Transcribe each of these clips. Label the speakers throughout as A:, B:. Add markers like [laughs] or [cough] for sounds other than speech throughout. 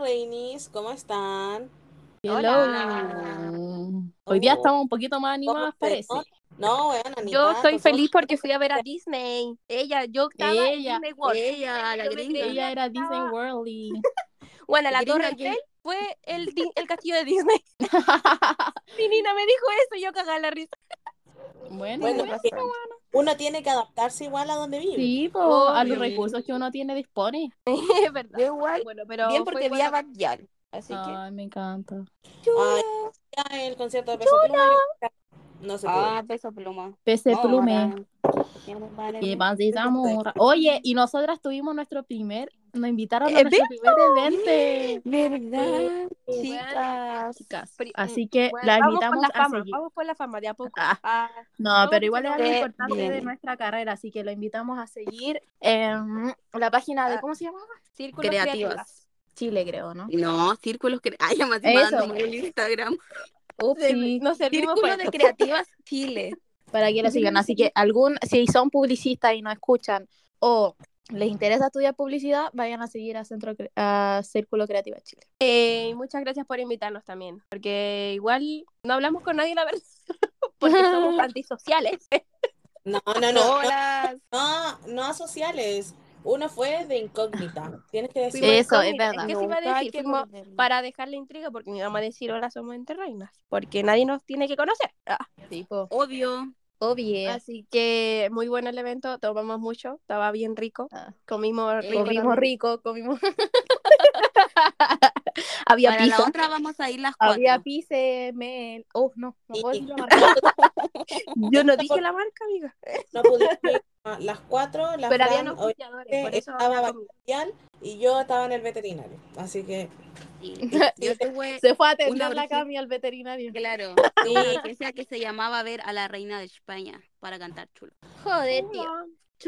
A: Reinis, ¿cómo están?
B: Hola. Hoy
C: Oh.
B: día estamos un poquito más animadas,
A: ¿Cómo te-
B: parece.
A: No, weón, ni tanto,
C: Yo
A: pues,
C: estoy
A: somos-
C: feliz porque fui a ver a Disney. Ella, yo estaba en
B: Ella,
C: Disney World.
D: Ella, la
C: Yo me
D: gringa.
C: creía-
B: Ella era Disney World y...
C: Bueno, la
A: Gringa
C: Torre
A: que-
C: Eiffel fue el, di- el castillo de Disney. Mi nina me dijo eso y yo cagaba la risa. [laughs]
B: bueno,
A: Bueno,
B: bueno,
A: que uno tiene que adaptarse igual a donde vive.
B: sí, pues,
C: Obvio.
B: a los recursos que uno tiene dispone.
C: Es verdad.
D: Yo igual,
C: Bueno, pero
D: bien
C: fue Ah.
D: porque vi a
C: bueno.
D: Backyard. Así que.
B: Ay, me encanta.
A: Ay, ya el concierto de Peso Pluma, yo- No se pudo.
D: Ah, peso pluma.
B: PC
C: Oh,
D: No,
B: Plume.
D: ahora- Tenemos varias-
B: Que pan de zamora. Oye, y nosotras tuvimos nuestro primer... Nos invitaron a
C: ¿Evento?
B: nuestro primer evento.
D: ¿Verdad?
C: Sí,
D: Chicas.
B: chicas.
C: Pri-
B: Así que
C: Bueno,
B: la
C: vamos
B: invitamos
C: por la
B: a
C: fama,
B: seguir.
C: vamos Eh, por la fama de a poco.
B: Ah.
C: Ah,
B: No,
C: Vamos,
B: pero igual es algo
D: que
B: importante de
D: viene.
B: nuestra carrera, así que lo invitamos a seguir em, la página de,
C: Ah.
B: ¿cómo se llamaba?
C: círculos
D: Creativas.
C: creativas.
B: Chile, creo, ¿no?
D: No, círculos que. Ay, además
B: Eso.
D: mandando el Instagram.
C: Ups,
B: Sí.
C: nos servimos
D: Círculo
C: para
D: de
C: [laughs]
D: Creativas Chile.
B: Para que lo sigan. Así que algún, si son publicistas y no escuchan o les interesa estudiar publicidad, vayan a seguir a, Centro, Cre- a Círculo Creativo Chile.
C: Eh, y muchas gracias por invitarnos también, porque igual no hablamos con nadie, la verdad, [laughs] porque somos antisociales.
A: No, no, no, no,
D: Hola.
A: no, no a sociales. Uno fue de incógnita. Tienes que decir.
B: Sí. Eso, es
C: incógnita,
B: verdad.
C: que se iba a decir, fuimos para dejar la intriga, porque mi mamá decir hola somos entre reinas, porque nadie nos tiene que conocer. Ah,
B: Tipo,
D: Obvio.
B: obvio.
C: Así que muy bueno el evento, tomamos mucho, estaba bien rico,
B: Ah.
C: comimos rico.
B: Comimos
C: también.
B: rico, comimos. Había
D: Para la
B: pizza.
D: otra vamos a ir las cuatro.
B: Había pizza, mel. Oh, no, no puedo
A: Sí.
B: decir la marca. [laughs]
C: Yo no dije la marca, amiga.
A: No pudimos ir a las cuatro, la
C: Pero había
A: Fran,
C: unos
A: hoy
C: auspiciadores, por eso
A: estaba
C: la comida.
A: social, y yo estaba en el veterinario. Así que
B: [laughs]
D: Sí. Yo tuve.
B: Se fue a
D: Una
B: atender la
D: orgía.
B: Cami al veterinario.
D: Claro.
C: [laughs]
A: sí,
D: Que sea que se llamaba ver a la reina de España para cantar chulo.
C: Joder, tío.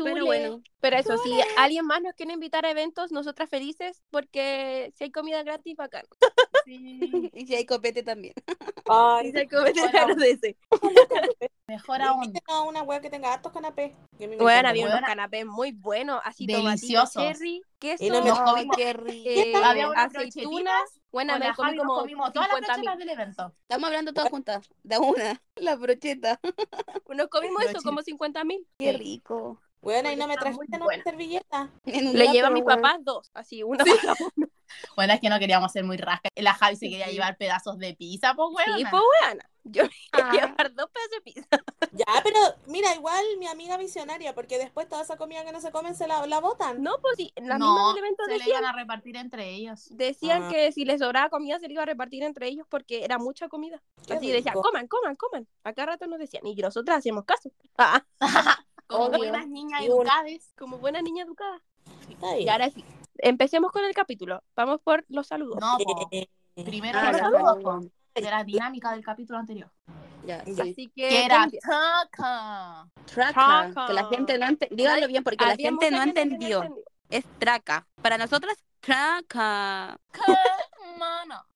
C: Pero bueno. Pero eso, si alguien más nos quiere invitar a eventos, nosotras felices, porque si hay comida
B: [laughs]
C: gratis, bacán.
D: [laughs] Y si hay copete también.
A: ay,
C: hay comida
B: Bueno.
C: de ese.
B: Mejor aún.
A: inviten a una wea que tenga hartos canapés. que a mí me
C: Bueno,
A: encanta.
C: había
B: Buena.
C: unos canapés muy buenos, así
B: Deliciosos.
C: tomatito cherry, queso,
A: Y no me-
D: Ay, qué rico.
C: eh,
B: Había unas
C: aceitunas. Bueno,
B: Con
C: me
B: la
C: comí
B: Javi nos
C: como
B: comimos todas las
C: 50 mil.
B: brochetas del evento.
D: Estamos hablando todas juntas. Da una. La brocheta.
C: Nos comimos eso,
B: Brochetas.
C: como 50 mil.
D: Qué rico.
A: Bueno, ahí no me
C: Está muy
A: trajiste una
C: buena.
A: servilleta.
D: En un
C: Le
D: día,
C: llevé a
D: pero
C: mis
D: bueno. [laughs]
C: papás dos, así, una para cada uno.
B: Bueno, es que no queríamos ser muy rasca. La Javi se quería llevar pedazos de pizza, pues bueno.
C: Sí, pues, weona. Yo me
D: Ah.
C: iba a llevar dos pedazos de pizza.
A: Ya, pero mira, igual mi amiga visionaria, porque después toda esa comida que no se comen se la, la botan.
C: No, pues sí, en la misma
B: no,
C: del evento
B: se le
C: decían,
B: iban a repartir entre ellos.
C: decían
A: Ah.
C: que si les sobraba comida se le iba a repartir entre ellos porque era mucha comida.
A: Qué
C: Así decían,
A: rico.
C: coman, coman, coman. Acá rato nos decían, y nosotras hacíamos caso. [laughs] Ah,
B: Como
A: Obvio.
B: buenas niñas
A: Y una-
B: educadas.
C: como buena niña educada.
A: Está
C: Y
A: bien.
C: ahora sí, empecemos con el capítulo. Vamos por los saludos.
B: No, po.
A: Eh,
B: Primero los
C: Ah, ya,
B: saludos,
D: ya,
B: po, De la dinámica del capítulo anterior.
D: Ya,
A: Ya.
D: sí.
C: Así que.
B: Que era
C: ¿quién [laughs]
B: Taca.
D: Traca,
C: Traca.
D: que la gente no ente- díganlo bien porque la
C: Había
D: gente
C: mucha
D: no
C: gente que
D: entendió. Es traca. Para nosotras, traca.
B: Mano.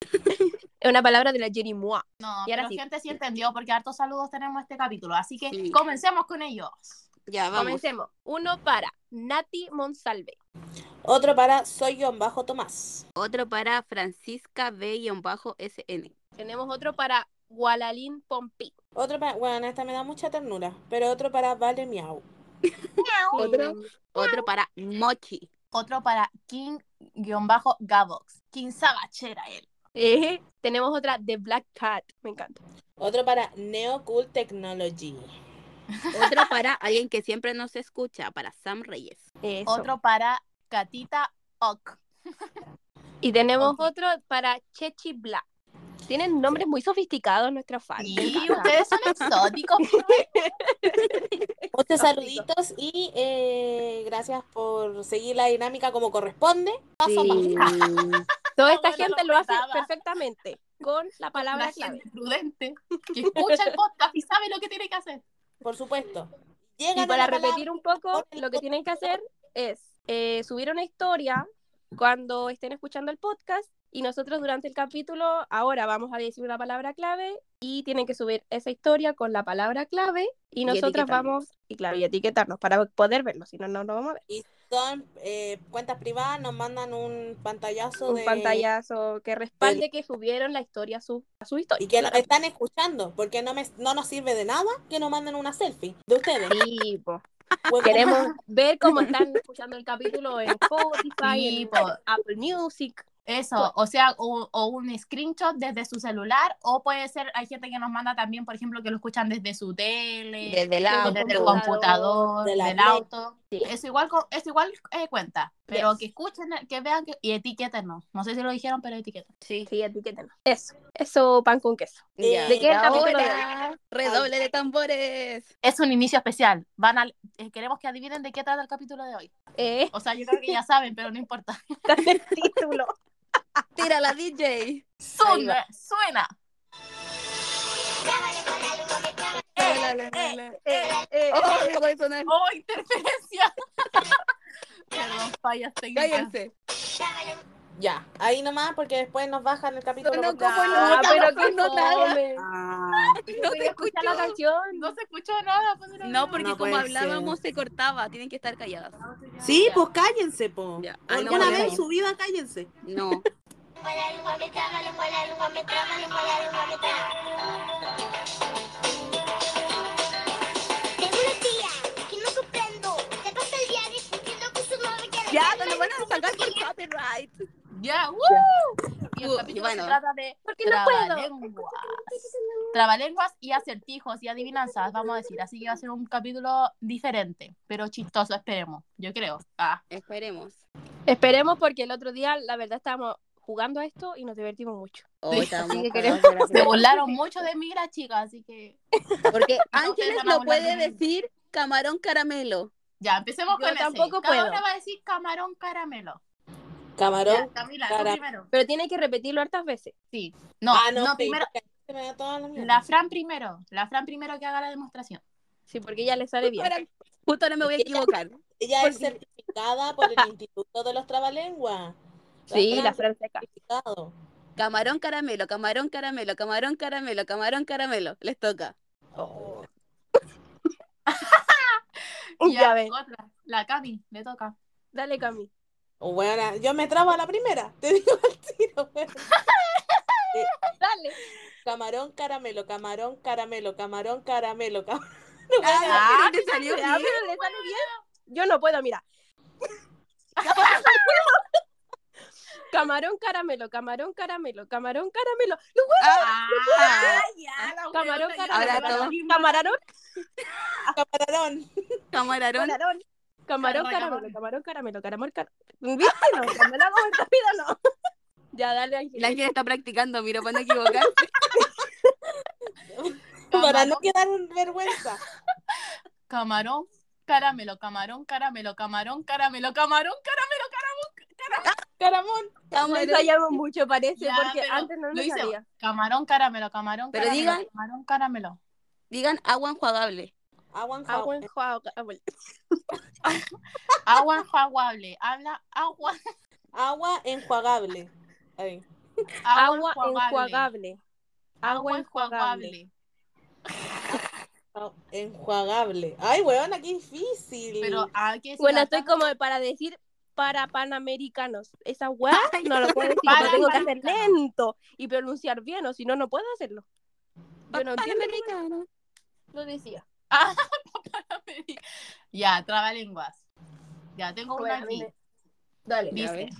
C: Es una palabra de la Jenny Moa.
B: No,
C: Y ahora
B: pero
C: sí.
B: gente sí entendió porque hartos saludos tenemos este capítulo. Así que
D: Sí.
B: comencemos con ellos.
D: Ya, vamos.
C: Comencemos. Uno para Nati Monsalve.
A: Otro para soy yo bajo Tomás.
D: Otro para Francisca B-SN.
C: Tenemos otro para Gualalín Pompi.
A: Otro para, bueno, esta me da mucha ternura, pero otro para Vale Miau.
D: Otro. Otro para Mochi.
B: Otro para King-Gavox. King Savage era él.
C: Eh, tenemos otra de Black Cat. Me encanta.
A: Otro para Neo Cool Technology.
D: Otro para [laughs] alguien que siempre nos escucha, para Sam Reyes.
C: Eso.
B: Otro para Katita Ock.
C: Y tenemos
B: Ok.
C: otro para Chechi Bla. Tienen nombres muy sofisticados nuestros fans.
B: Sí, ustedes son exóticos.
C: [laughs]
B: pues.
A: Muchos saluditos y eh, gracias por seguir la dinámica como corresponde.
B: No somos
C: Toda
B: Ah,
C: esta
B: bueno,
C: gente
B: lo
C: lo hace
B: pensaba.
C: perfectamente con la palabra
B: la
C: clave.
B: gente prudente [laughs] que escucha el podcast y sabe lo que tiene que hacer.
A: Por supuesto.
C: Y
A: Llegan
C: para
A: a la
C: repetir un poco,
A: Ponle
C: lo que tienen que hacer es eh, subir una historia cuando estén escuchando el podcast y nosotros durante el capítulo ahora vamos a decir una palabra clave y tienen que subir esa historia con la palabra clave y,
D: Y
C: nosotras
D: etiquetarnos.
C: vamos y claro y etiquetarnos para poder verlo, si no no lo vamos a ver.
A: Y son eh, cuentas privadas, nos mandan un pantallazo
C: un
A: de
C: pantallazo que respalde que subieron la historia a su, a su historia.
A: y que nos están escuchando, porque no me no nos sirve de nada que nos manden una selfie de
C: [laughs]
A: ustedes.
C: Sí, po.
A: Huevón.
C: Queremos ver cómo están escuchando el capítulo en Spotify,
B: Sí,
C: en
B: po.
C: Apple Music.
B: Eso, o sea, o, o un screenshot desde su celular, o puede ser, hay gente que nos manda también, por ejemplo, que lo escuchan desde su tele, ah,
D: Desde el
C: Desde
D: auto.
B: desde el
C: computador,
B: computador,
A: de la
B: del
A: tele.
B: auto. Eso igual, co- eso igual eh, cuenta, pero
C: Yes.
B: que escuchen, que vean que- y etiquétenos. No sé si lo dijeron, pero etiquétenos.
D: Sí.
C: Sí, etiquétenos. Eso, eso pan con queso.
D: Ya.
A: ¿De
C: qué es el capítulo de
D: Ahora, Redoble de tambores.
B: Es un inicio especial. Van al- eh, queremos que adivinen de qué trata el capítulo de hoy.
C: Eh, [laughs]
B: O sea, yo creo que ya saben, pero no importa.
C: está en el título.
D: Tira la
B: Eh,
D: DJ.
B: Suena, suena.
D: La, la, la, la.
B: Eh, eh,
D: Oh, no voy a sonar.
B: oh, interferencia. [laughs] Perdón, fallas técnicas.
D: Cállense.
A: Ya, ahí nomás porque después nos bajan el capítulo.
D: Sonó
A: porque-
D: como
A: Ah,
C: Ah, pero
D: no
C: que
D: sonó nada.
C: fome.
A: ah,
D: No
C: Voy
D: te
C: a escuchar
D: escucho.
C: la canción.
B: No se escuchó nada. pues, era
D: No,
B: broma.
D: porque
A: No
D: como
A: puede
D: hablábamos se cortaba. Tienen que estar calladas.
A: Sí, pues cállense, po.
D: Ya. Ah, no,
A: Alguna
D: ya,
A: vez en
D: ya.
A: su vida cállense.
D: [laughs] No.
E: Tengo unos días que no comprendo. Se pasa el día discutiendo con su novia.
D: Ya, no lo van a sacar por copyright.
B: Ya, ¡uh! Y el
D: Uh,
B: capítulo
D: y bueno.
B: se trata de
C: Porque no puedo.
B: trabalenguas. Trabalenguas y acertijos y adivinanzas, vamos a decir. Así que va a ser un capítulo diferente, pero chistoso, esperemos. Yo creo. Ah,
D: Esperemos.
C: Esperemos porque el otro día, la verdad, estábamos jugando a esto y nos divertimos mucho.
D: Oh,
B: Sí,
D: estamos
B: así que
D: cagados de
B: se
D: la
B: burlaron mucho de mí las chicas, así que
D: risa. Porque Ángeles
B: ustedes van a
D: no
B: burlar
D: puede
B: de mí.
D: decir camarón caramelo.
B: ya, empecemos
C: Yo
B: con ese.
C: tampoco
B: Cada
C: puedo.
B: una va a decir camarón caramelo.
A: Camarón.
B: Ya, Camila,
A: cara-
B: tú primero.
C: Pero tiene que repetirlo hartas veces.
B: Sí. No,
A: ah,
B: no,
A: no, sí,
B: primero.
A: se me da toda la mierda.
B: La Fran primero. La Fran primero que haga la
C: [laughs]
B: demostración.
C: Sí, porque ya le sale bien.
D: Ahora- Justo ahora me [laughs] voy a equivocar.
A: Ella es
D: porque-
A: certificada por el Instituto de los Trabalenguas.
C: Sí, la
A: Fran
C: francesa.
A: certificado.
D: Camarón caramelo, camarón caramelo, camarón caramelo, camarón caramelo. Les toca.
B: Y
C: Ya ves.
B: otra. La Cami, le toca.
C: Dale, Cami.
A: Bueno, yo me trabo a la primera, [laughs] te digo al tiro. weón.
C: Dale.
A: Camarón caramelo, camarón caramelo, camarón caramelo, [laughs] camarón.
D: Ah,
B: Ah,
D: pero te salió
C: Ah,
D: bien.
C: pero le sale bien. Yo no puedo, mira. Camarón caramelo, camarón caramelo, camarón caramelo. Los huevos,
B: Ah,
C: Camarón caramelo.
D: Ahora todo.
C: Camarón,
A: Camarón.
D: Camarón.
C: camarón. Camarón
B: Camarón.
C: caramelo, camarón caramelo, camarón caramelo. ¿Viste? No, me la hago muy rápido, no. [laughs] Ya, dale,
D: La
C: Ángel.
D: Ángel está practicando, mira, para no equivocarse.
A: Para no quedar en vergüenza.
B: Camarón, caramelo, camarón, caramelo, camarón, caramelo, camarón, caramelo,
A: Caramón.
C: No
D: [laughs] Camarón.
C: ensayamos mucho, parece,
B: Ya,
C: porque
B: pero
C: antes no
B: lo
C: lo
B: hice.
C: sabía.
B: camarón, caramelo, camarón,
D: Pero
B: caramelo,
D: digan-
B: camarón, caramelo.
D: Digan agua enjuagable.
A: Agua en
C: Agua
A: jabón.
C: enjuagada, abuela.
B: Agua enjuagable, habla agua,
A: Agua enjuagable. Ahí.
C: Agua enjuagable.
B: agua
C: Agua enjuagable.
B: enjuagable.
A: Ah, Enjuagable. Ay, weón, qué difícil.
B: Pero hay que
C: Bueno,
B: decir
C: estoy
B: acá-
C: como para decir para panamericanos. Esa weá no lo puedo decir.
B: Para
C: lo tengo que hacer
B: panamericanos.
C: lento y pronunciar bien, o si no, no puedo hacerlo. Yo no entiendo ni
D: Panamericano.
C: lo decía.
B: Ya, trabalenguas. Ya tengo una
C: Bueno,
B: aquí.
C: mire. Dale.
D: Ya
B: Dice,
D: ves.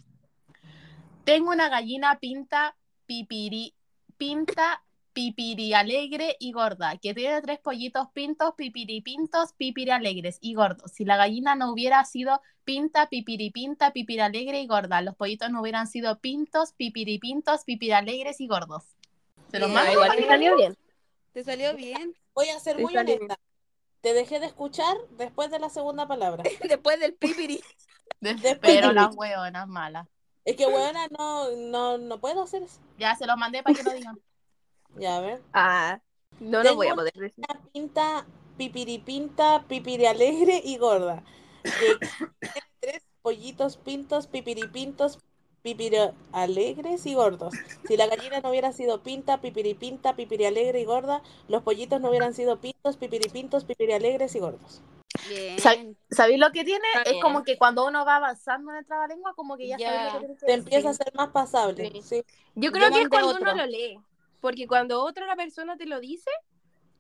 B: tengo una gallina pinta pipiri, pinta pipiri alegre y gorda, que tiene tres pollitos pintos, pipiri pintos, pipiri alegres y gordos. Si la gallina no hubiera sido pinta, pipiri pinta, pipiri alegre y gorda, los pollitos no hubieran sido pintos, pipiri pintos, pipiri alegres y gordos. Se los
D: Ya,
B: mando.
C: Ah, igual te salió bien.
D: ¿Te salió bien?
A: Voy a ser
C: Sí,
A: muy
C: sale bien.
A: honesta. Te dejé de escuchar después de la segunda palabra.
D: [laughs] Después del pipiri.
B: [laughs]
A: Después
B: Pero
A: de-
B: las hueonas malas.
A: Es que, weona, no, no, no puedo hacer eso.
B: Ya se los mandé para que lo [laughs] digan.
A: Ya, a ver.
C: Ah, no lo
A: Tengo-
C: voy a poder decir.
A: una pinta pipiripinta, pipirialegre y gorda. Que tiene tres pollitos pintos, pipiripintos, pipirialegres y gordos. Si la gallina no hubiera sido pinta, pipiripinta, pipirialegre y gorda, los pollitos no hubieran sido pintos, pipiripintos, pipirialegres y gordos.
D: Bien.
B: Sa- ¿Sabéis lo que tiene?
C: Está
B: Es
C: bien.
B: como que cuando uno va avanzando en el trabalengua, como que ya,
C: Ya.
B: sabéis lo que tiene
A: Te
B: que decir.
A: empieza a ser más pasable.
C: Sí.
A: sí.
C: Yo creo que
D: Llaman
C: es
D: de
C: cuando uno
D: otro.
C: lo lee. Porque cuando otra persona te lo dice,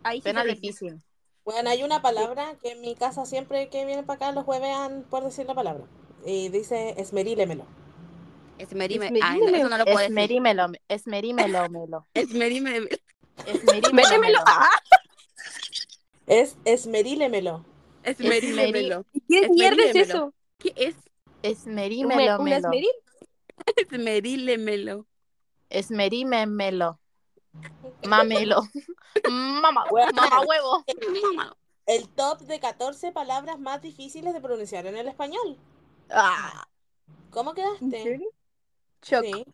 C: ahí sí
B: Pena
C: se repite.
B: difícil.
A: Bueno, hay una palabra que en mi casa siempre que vienen para acá los juevean por decir la palabra. Y dice esmerílemelo.
D: Esmerime.
C: Esmerime.
D: Ay, no, eso no lo puedo decir.
B: Esmerímelo, esmerímelo, melo.
D: Esmerime.
B: Esmerímelo,
C: Métemelo.
B: melo.
C: ¡Ah!
A: Es esmerílemelo.
D: Esmerímelo.
C: ¿Qué mierda es
D: Esmerílemelo.
C: eso?
D: ¿Qué es?
C: ¿Un, e-
B: Esmerímelo,
C: un
B: melo.
C: esmeril?
D: Esmerílemelo.
B: Esmerímelo. Mamelo. [laughs] Mamá,
A: Bueno.
B: mamá huevo.
D: Mamá.
A: El top de 14 palabras más difíciles de pronunciar en el español.
B: Ah,
A: ¿Cómo
C: ¿En
A: quedaste?
C: serio? Shock.
A: Sí.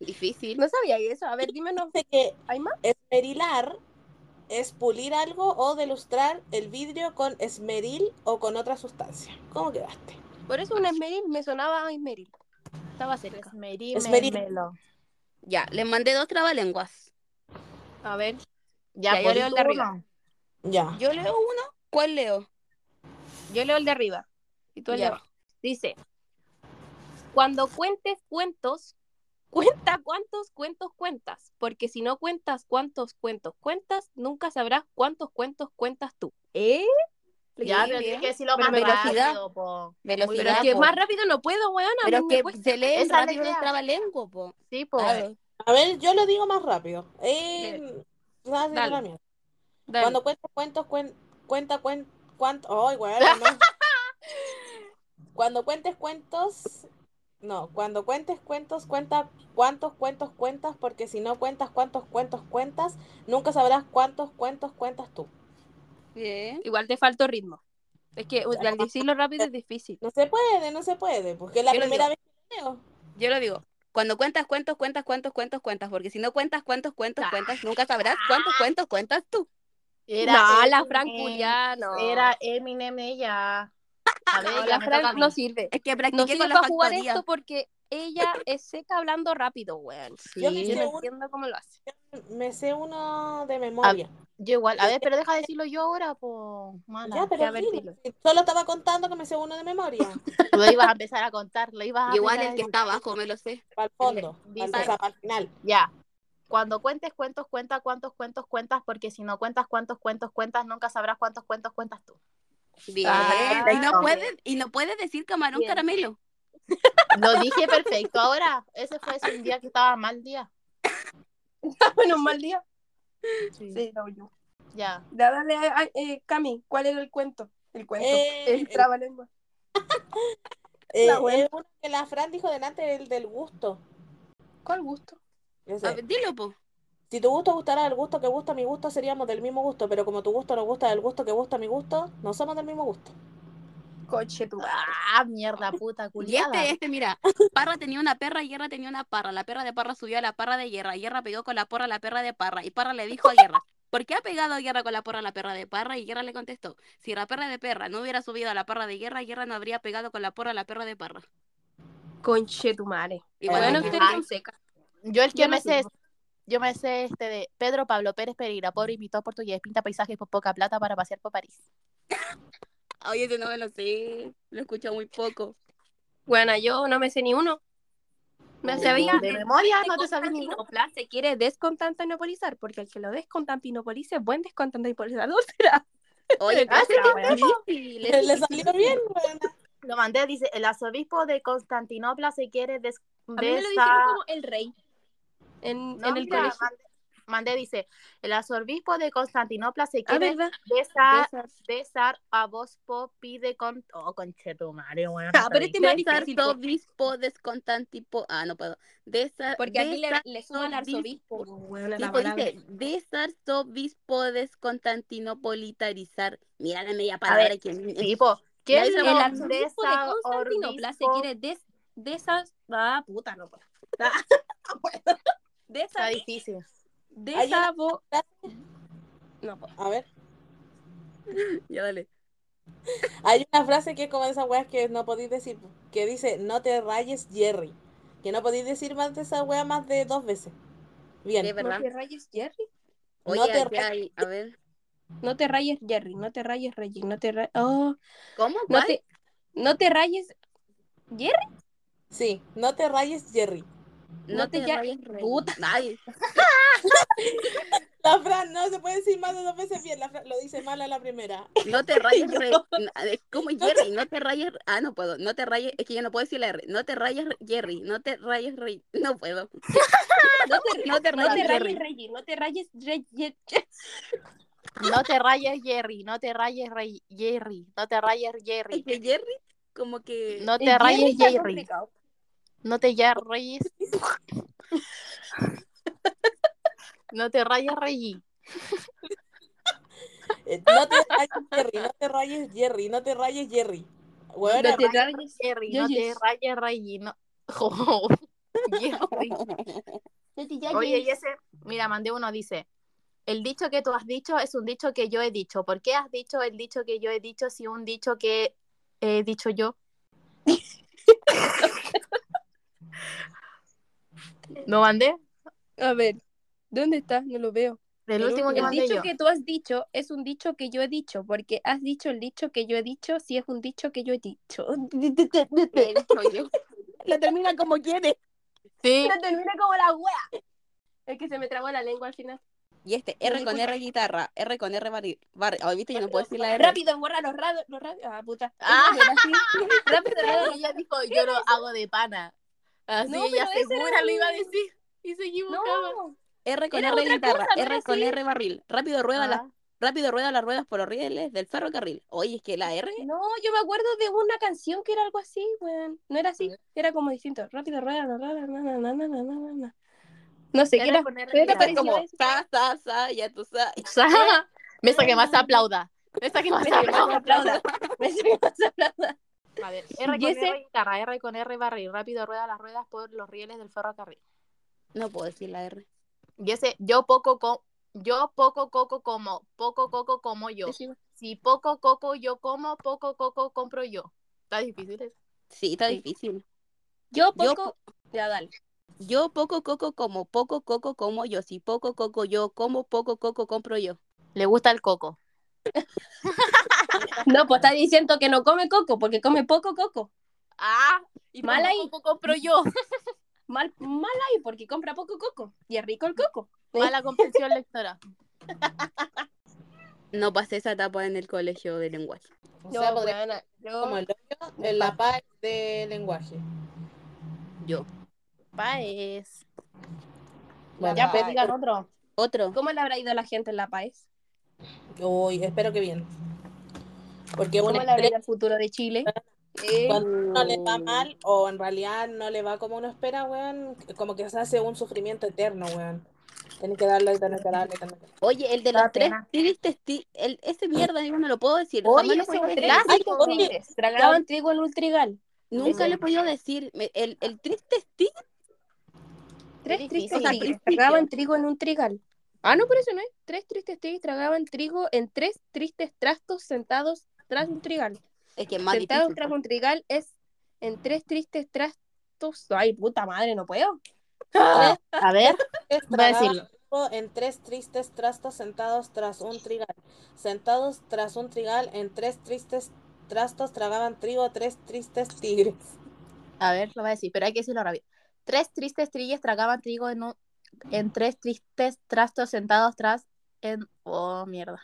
D: Difícil.
C: No sabía eso. A ver, dímenos.
A: Dice que
C: ¿Hay más?
A: esmerilar es pulir algo o delustrar el vidrio con esmeril o con otra sustancia. ¿Cómo quedaste?
C: Por eso un esmeril me sonaba a esmeril. Estaba cerca.
B: Esmerímelo.
D: Ya, le mandé dos trabalenguas.
C: A ver.
B: Ya,
C: Ya, yo
B: por
C: leo el de arriba.
A: Ya.
D: Yo leo uno. ¿Cuál leo?
C: Yo leo el de arriba. Y tú el de
D: Ya.
C: abajo. Dice: Cuando cuentes cuentos, cuenta cuántos cuentos cuentas. Porque si no cuentas cuántos cuentos cuentas, nunca sabrás cuántos cuentos cuentas tú. ¿Eh?
B: Ya,
D: Bien,
B: pero
D: bien.
B: tienes que decirlo
C: Pero
B: más
D: velocidad.
B: rápido, po. Muy
C: Pero es
D: Velocidad.
C: que
D: po.
C: más rápido no puedo, weón. a
D: Pero
C: mí me
D: es que
C: cuesta.
D: se leen
B: Esa es la
D: rápido los
B: idea.
D: trabalenguas, po.
B: Sí, po.
D: Claro.
A: A ver, yo lo digo más rápido. Eh, ah, sí,
C: Dale.
A: la mía.
C: Dale.
A: Cuando cuento cuentos, cuen- cuenta cuen- cuánto. Ay, weón, no. Cuando cuentes cuentos. No, cuando cuentes cuentos, cuenta cuántos cuentos cuentas, porque si no cuentas cuántos cuentos cuentas, nunca sabrás cuántos cuentos cuentas tú.
D: Bien.
C: Igual te faltó ritmo. Es que u- al decirlo rápido es difícil.
A: No se puede, no se puede, porque es la
D: Yo lo
A: primera vez que lo leo.
D: Yo lo digo. Cuando cuentas cuentos, cuentas cuántos cuentos cuentas. Porque si no cuentas cuántos cuentos
B: Ah.
D: cuentas, nunca sabrás cuántos cuentos cuentas tú.
C: no, la
B: Eminem.
C: Fran culiá, no.
B: eh, Era Eminem ella. A ver,
C: No,
B: ya
C: la
B: me toca a
C: Fran
B: mí.
C: no sirve.
D: Es que
C: No
D: practiqué
C: sirve
D: con la
C: para jugar
D: factoría.
C: esto porque ella es seca hablando rápido, weón.
A: Yo me
D: Sí.
C: Yo
A: sé
C: no
A: uno-
C: entiendo cómo lo hace.
A: me sé uno
C: Ah,
A: de memoria.
B: Yo igual. A ver, pero deja de decirlo yo ahora, po. Mala.
A: ya,
C: ya, a
A: pero
C: ver,
A: sí,
C: dilo.
A: solo estaba contando que me sé uno de memoria,
B: Lo ibas a empezar a contar, lo ibas a
D: Igual
B: empezar
D: el que
B: a
D: está abajo, me lo sé.
A: para el
C: [laughs]
A: fondo,
B: Dice-
A: al- o sea, para el final.
B: decir. Ya. Cuando cuentes cuentos, cuenta cuántos cuentos cuentas, porque si no cuentas cuántos cuentos cuentas, nunca sabrás cuántos cuentos cuentas tú.
D: Bien.
C: Ah,
D: y,
B: perfecto.
D: no puedes, y no puedes decir camarón
C: Bien.
D: caramelo.
B: Lo dije perfecto ahora. Ese fue ese un día que estaba mal día.
C: Bueno, un mal día.
B: Sí.
C: no, yo.
B: Ya.
C: Ya, dale, ay, eh, Cami, ¿cuál era el cuento? El cuento.
A: Eh, el-
C: trabalengua.
A: Eh,
C: La buena.
A: es uno que la Fran dijo delante el del gusto.
C: ¿Cuál gusto?
A: Ese.
D: A ver, dilo, po.
A: Si tu gusto gustara del gusto que gusta mi gusto, seríamos del mismo gusto, pero como tu gusto no gusta del gusto que gusta mi gusto, no somos del mismo
D: [laughs]
A: gusto. [laughs]
C: Coche tu
B: Ah, mierda puta
D: Y
B: culiada.
D: este, este, mira. Parra tenía una perra, Hierra tenía una parra. La perra de Parra subió a la parra de Hierra. Hierra pegó con la porra a la perra de Parra. Y Parra le dijo a Hierra, ¿por qué ha pegado Hierra con la porra a la perra de Parra? Y Hierra le contestó, si la perra de Perra no hubiera subido a la parra de Hierra, Hierra no habría pegado con la porra a la perra de Parra.
C: Conche tu madre.
D: Igual
C: bueno,
D: aquí.
C: ustedes
B: Ah.
C: son secas.
B: Yo el que
C: Yo no
B: me sé,
C: sirvo.
B: yo me sé este de Pedro Pablo Pérez Pereira, pobre invitó a portugués, pinta paisajes por poca plata para pasear por París.
D: Oye, ese no me lo sé. Lo he escuchado muy [laughs] poco.
C: Bueno, yo no me sé ni uno. Me
D: Uh,
C: sabía. Ah,
B: de memoria no te sabes ninguno.
C: Constantinopla se quiere descontantinopolizar, porque el que lo desconstantinopolice es buen descontantinopolizador [laughs] será.
D: Oye,
B: Ah, sí,
D: pero
B: sí,
D: es difícil, es
A: Le
D: difícil.
A: salió bien, buena.
B: Lo mandé, dice, el arzobispo de Constantinopla se quiere des
C: A mí me lo dijeron
B: desa-
C: como el rey en,
B: No,
C: en el
B: mira,
C: colegio.
B: mandé, mandé, dice, el arzobispo de Constantinopla se
C: Ah,
B: quiere
C: ¿verdad?
B: desa-
C: Besar.
B: desar a Bospo pide con... Oh, conchetumare, bueno.
C: Ah, pero este más
D: César
C: difícil, po,
D: Tobispo descontan tipo. Ah, no puedo. César-
C: porque aquí le,
D: César-
C: le suman al arzobispo. po, weona, la
D: tipo,
C: palabra.
D: dice, César Tobispo descontantinopolitarizar. Mira la media
B: A
D: palabra
B: ver,
D: que.
B: Tipo,
D: Ya
B: ¿quién
D: hizo
B: lo
C: El arzobispo de
B: desa-
C: Constantinopla se
B: orbispo?
C: quiere des, desas... Ah, puta, no puedo. [laughs] Ah,
B: Está
C: Desa,
B: difícil.
C: desabo... No puedo.
A: A ver,
D: [laughs] Ya dale.
A: hay una frase que es como de esas weas que no podéis decir, que dice, no te rayes, Jerry. Que no podéis decir más de esa wea más de dos veces. Bien.
D: De verdad.
C: ¿No te rayes, Jerry?
A: No
D: Oye,
A: te
D: aquí hay- a ver.
C: No te rayes, Jerry. No te rayes, Reggie. No te rayes. Oh,
D: ¿Cómo?
C: no
D: ¿Cuál?
C: te, no te rayes. Jerry,
A: Sí, no te rayes, Jerry.
C: no te ya-
D: rayes, Rey.
C: Puta.
D: Ay,
A: La Fran no se puede decir más de dos veces bien. La Fran lo dice mal a la primera.
D: no te rayes, Rey. Na- es Como Jerry, no te rayes. Ah, no puedo. No te rayes. Es que yo no puedo decir la R. No te rayes, Jerry. No te rayes, Rey. No puedo.
C: no te,
D: No te
C: no te rayes,
D: rayes, Jerry.
C: Reggie. No te rayes, Reggie.
B: No te rayes, Jerry. No te rayes, Rey- Jerry. No te rayes,
D: Es
B: Jerry.
D: que Jerry, como que.
B: No
C: El
B: te rayes,
C: está
B: Jerry.
C: complicado.
B: No te ya rayes.
C: [laughs]
B: No te rayes, Reggie.
A: Eh, No te rayes, Jerry. No te rayes, Jerry. No te rayes, Jerry. Bueno,
C: No te rayes.
B: Jerry,
C: Yo-
B: no
C: yo-
B: te rayes, Reggie.
C: [laughs]
B: No.
C: Oh,
B: Jo, Jerry.
C: No te
B: Oye,
C: rayes.
B: y ese, mira, mandé uno, dice, el dicho que tú has dicho es un dicho que yo he dicho. ¿Por qué has dicho el dicho que yo he dicho si un dicho que he dicho
C: [laughs]
B: yo? ¿No mandé?
C: A ver, ¿dónde está? No lo veo.
B: Del último que
C: El
B: mandé
C: dicho
B: yo.
C: que tú has dicho es un dicho que yo he dicho, porque has dicho el dicho que yo he dicho si es un dicho que yo he dicho.
D: Lo termina como quiere.
B: Sí,
C: Pero termina como la wea. Es que se me trabó la lengua al final.
D: Y este, R con R guitarra, R con R barri- barra. Hoy viste, yo no puedo decir la R.
C: Rápido, borra los radios. Los radios. Ah, puta.
B: Ah.
C: Eso
B: [laughs]
C: era así. Rápido, rápido.
B: ella dijo, yo lo hago de pana. Así
C: No,
B: ella
C: pero ese era
B: segura lo
C: mi-
B: iba a decir y se equivocaba.
C: No.
D: R con
C: Era
D: R
C: otra
D: guitarra,
C: cosa, no era
D: R con
C: así.
D: R barril. Rápido rueda, las,
B: Ah,
D: rápido rueda las ruedas por los rieles del ferrocarril. Oye, es que la R.
C: No, yo me acuerdo de una canción que era algo así, weón. No era así, era como distinto. Rápido, rueda, rueda, rueda, na, na, na, na, na, na. No sé qué
B: era
C: era.
B: poner
C: pero
B: la-
D: Es
C: parecido
D: como
C: a eso.
D: sa, sa, sa, ya tú sabes. [laughs]
B: [laughs] Mesa que más aplauda. Mesa que más
C: Me salió más
B: aplauda.
C: aplauda. Me salió más aplauda.
B: A [laughs] ver, R
C: Y
B: con
C: ese-
B: R guitarra, R con R barril, rápido rueda las ruedas por los rieles del ferrocarril.
D: No puedo decir la R.
B: Y ese, yo poco co- yo poco coco como, poco coco como yo. Si poco coco yo como, poco coco compro yo. Está difícil eso.
D: Sí, está
C: Sí.
D: difícil.
C: Yo
D: Yo
C: poco. Ya, dale.
D: Yo poco coco como, poco coco como yo. Si poco coco yo como, poco coco compro yo.
B: Le gusta el coco.
C: No, pues está diciendo que no come coco, porque come poco coco.
B: Ah, y
C: Mal
B: poco
C: ahí.
B: coco compro yo.
C: [laughs] Mal, mal ahí, porque compra poco coco. Y es rico el coco.
B: Mala comprensión lectora.
D: No pasé esa etapa en el colegio de lenguaje.
A: o sea, podría
C: weona, yo-
A: como el hoyo en la paz de lenguaje.
D: Yo.
B: Paes.
A: Bueno,
B: Ya, pues
A: pero-
B: digan otro.
D: Otro.
C: ¿Cómo le habrá ido a la gente en La Paz?
A: Uy, espero que bien. Porque
C: ¿Cómo
A: una
C: le habrá ido el futuro de Chile? Eh,
A: cuando no le va mal o en realidad no le va como uno espera, weón, como que se hace un sufrimiento eterno, weón. Tienes que darle, tenés que darle, tenés que darle.
D: Oye, el de
B: Da
D: los tres
B: pena.
D: tristes, ti- el, ese mierda, yo no lo puedo decir.
C: Oye,
D: Jamás lo he
C: esos
D: podido decir.
C: tres
D: Ay,
C: hijos
A: oye,
C: tristes, Tragaban trigo pues, en un trigal.
D: nunca
C: ese.
D: lo he podido decir. Me- El, el triste ti
C: Tres
B: Qué
C: tristes
B: difícil.
C: tigres tragaban trigo en un trigal. Ah, no, por eso no es. Tres tristes tigres tragaban trigo en tres tristes trastos sentados tras un trigal.
D: es que es más
C: sentados
B: pues.
D: difícil.
C: tras un trigal es en tres tristes trastos. Ay, puta madre, no puedo.
B: A ver,
A: Tres
B: voy a
A: tragaban
B: decirlo.
A: trigo En tres tristes trastos sentados tras un trigal. Sentados tras un trigal, en tres tristes trastos tragaban trigo tres tristes tigres.
B: A ver, lo voy a decir, pero hay que decirlo rápido. Tres tristes trillas tragaban trigo en un- en tres tristes trastos sentados tras en oh mierda.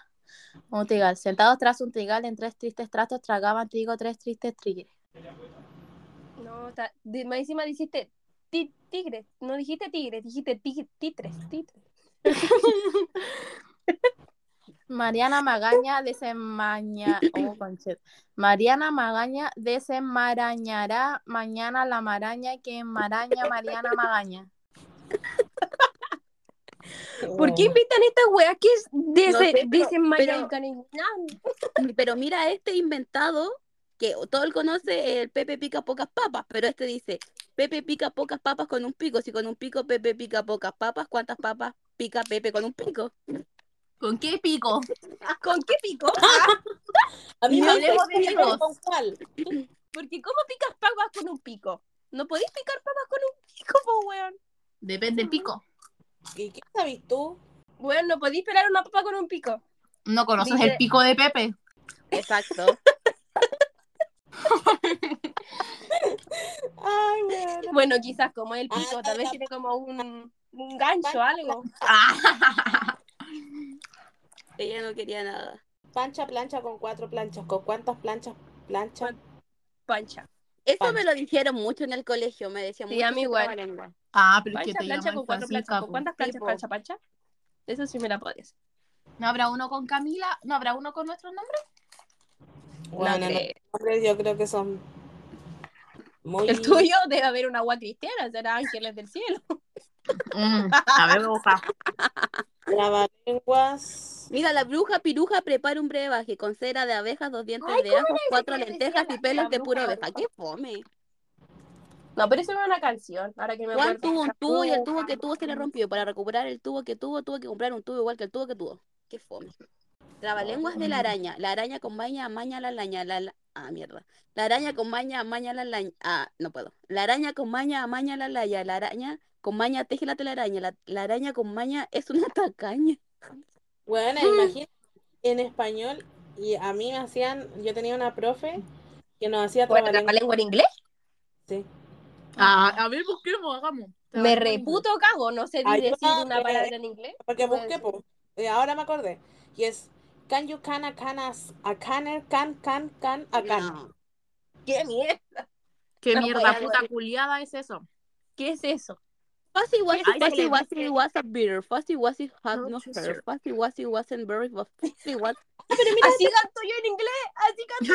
B: Un trigal, sentados tras un trigal en tres tristes trastos tragaban trigo tres tristes trillas.
C: No, está. de- más encima dijiste ti- tigres. No dijiste tigres, dijiste ti- titres, titres.
B: Mariana Magaña desenmaña oh, conchet. Mariana Magaña desenmarañará mañana la maraña que enmaraña Mariana Magaña.
C: ¿Por qué invitan estas weas que es de ese-
D: No sé,
C: de
D: pero-
C: ese
D: pero-
C: marica? No,
D: Pero mira este inventado, que todo él conoce, el Pepe pica pocas papas, pero este dice, Pepe pica pocas papas con un pico. Si con un pico Pepe pica pocas papas, ¿cuántas papas pica Pepe con un pico?
B: ¿Con qué pico?
C: ¿Con qué pico?
A: A mí me
B: Hablemos de
A: interesa
B: amigos.
A: con cuál.
C: Porque ¿cómo picas papas con un pico? No podéis picar papas con un pico, po, weón.
B: Depende del pico.
A: ¿Y qué sabes tú?
C: Weón, no podéis pelar una papa con un pico.
B: ¿No conoces
C: Dice-
B: el pico de Pepe?
C: Exacto.
A: Ay, bueno.
C: Bueno, quizás como el pico,
A: Ah,
C: tal vez
A: la-
C: tiene como un, un gancho, algo.
D: [laughs] Ella no quería nada.
A: Pancha plancha con cuatro planchas. ¿Con cuántas planchas plancha?
C: Pancha.
D: Eso
A: Pancha.
D: me lo dijeron mucho en el colegio, me decían
C: Sí,
D: mucho.
C: a mí
D: que
C: igual.
D: estaba lengua.
B: Ah, pero es que
C: Pancha,
B: te
C: plancha
B: llaman
C: con cuatro
B: Francisca, pues.
C: planchas. ¿Con
B: po.
C: cuántas planchas,
D: po.
C: pancha, pancha? Eso sí me la podías.
B: ¿No habrá uno con Camila? ¿No habrá uno con nuestro nombre?
A: Bueno,
C: no,
A: no,
C: creo.
A: hombre, yo creo que son muy...
C: [laughs] El tuyo debe haber una agua cristiana, será ángeles del cielo.
B: a ver, voy a buscar.
A: Trabalenguas.
D: Mira, la bruja piruja prepara un brebaje con cera de abejas, dos dientes de ajo, cuatro
B: que le
D: lentejas
B: decía
D: y
B: la-
D: pelos
B: la
D: de pura
B: bruja
D: abeja. ¡Qué fome!
C: No, pero eso era una canción. Ahora que me
D: Juan
C: acuerdo.
D: tuvo un tubo y el tubo que tuvo se le rompió. Para recuperar el tubo que tuvo, tuvo que comprar un tubo igual que el tubo que tuvo. ¡Qué fome! Trabalenguas de la araña. La araña con maña, maña la laña. La, la- Ah, mierda. La araña con maña, maña la laña. Ah, no puedo. La araña con maña, maña la laya. La araña con maña teje la telaraña. La, la araña con maña es una tacaña.
A: Bueno, imagínate, en español, y a mí me hacían, yo tenía una profe que nos hacía
C: Bueno, la
A: trabalenguas.
C: lengua en inglés.
A: Sí.
B: [laughs] Ah, a ver, busquemos, hagamos.
C: Me reputo cago, no sé
A: Ay,
C: decir
A: no,
C: una
A: pero-
C: palabra en inglés.
A: Porque
C: Puede
A: busqué,
C: ser.
A: po, eh, ahora me acordé. Y es, can you can a canas, a caner, can, can, can, a can.
D: No.
C: ¡Qué mierda!
B: Qué
C: No
B: mierda
C: puedo,
B: puta culiada es eso.
C: ¿Qué es eso?
D: Fuzzy was,
B: Ay,
D: fuzzy
B: se
D: was, was a beer. Fuzzy was had
B: No,
D: no
B: sí,
D: hair.
B: sir.
D: Fuzzy was wasn't very but fuzzy was.
C: Así canto yo en inglés, así canto yo.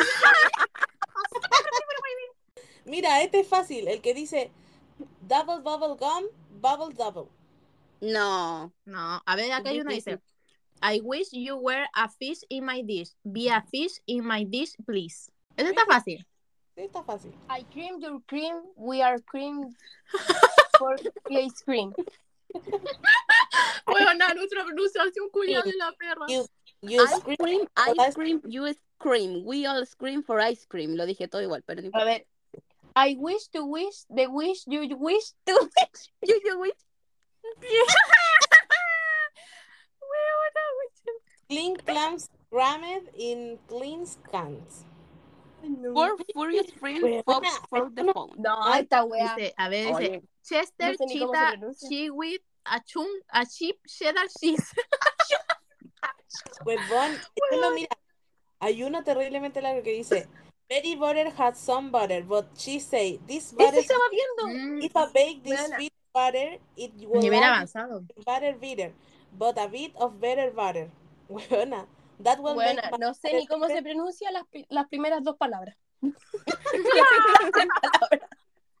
A: Mira, este es fácil, el que dice double bubble gum, bubble double.
D: No.
B: [laughs] No, a ver, acá hay uno que dice. I wish you were a fish in my dish. Be a fish in my dish, please. Eso está fácil.
A: Sí, Este está fácil.
C: I cream your cream, we are cream [laughs] for ice cream.
B: Bueno, nuestra pronunciación culiada de la perra.
A: You, you
D: Ice
A: scream
D: cream,
A: for
D: ice
A: ice-
D: cream, you scream. We all scream for ice cream. Lo dije todo igual, pero
C: A
D: no importa.
C: ver. I wish to wish, the wish you wish to [laughs] wish.
D: You, you, we-
A: clean clams crammed in clean cans.
D: Four furious friends
A: Weona,
D: fox for the phone.
C: No, esta wea.
B: Dice, a ver, dice.
D: Oye,
B: Chester,
C: No sé ni cómo se
B: cheetah,
C: pronuncia.
B: chiwit, achum, achip, cheddar cheese.
A: Huevón, este no, mira, hay uno terriblemente largo que dice Betty butter had some butter, but she say this
C: Eso
A: butter
C: estaba viendo.
B: Mm,
A: if I bake this
C: Buena.
A: bit butter, it will
B: Nivel
A: not
B: avanzado.
A: be butter bitter, but a bit of better butter. [laughs] Buena, that will
C: Bueno,
A: make
C: no sé ni cómo se pronuncia las, pri- las primeras dos palabras.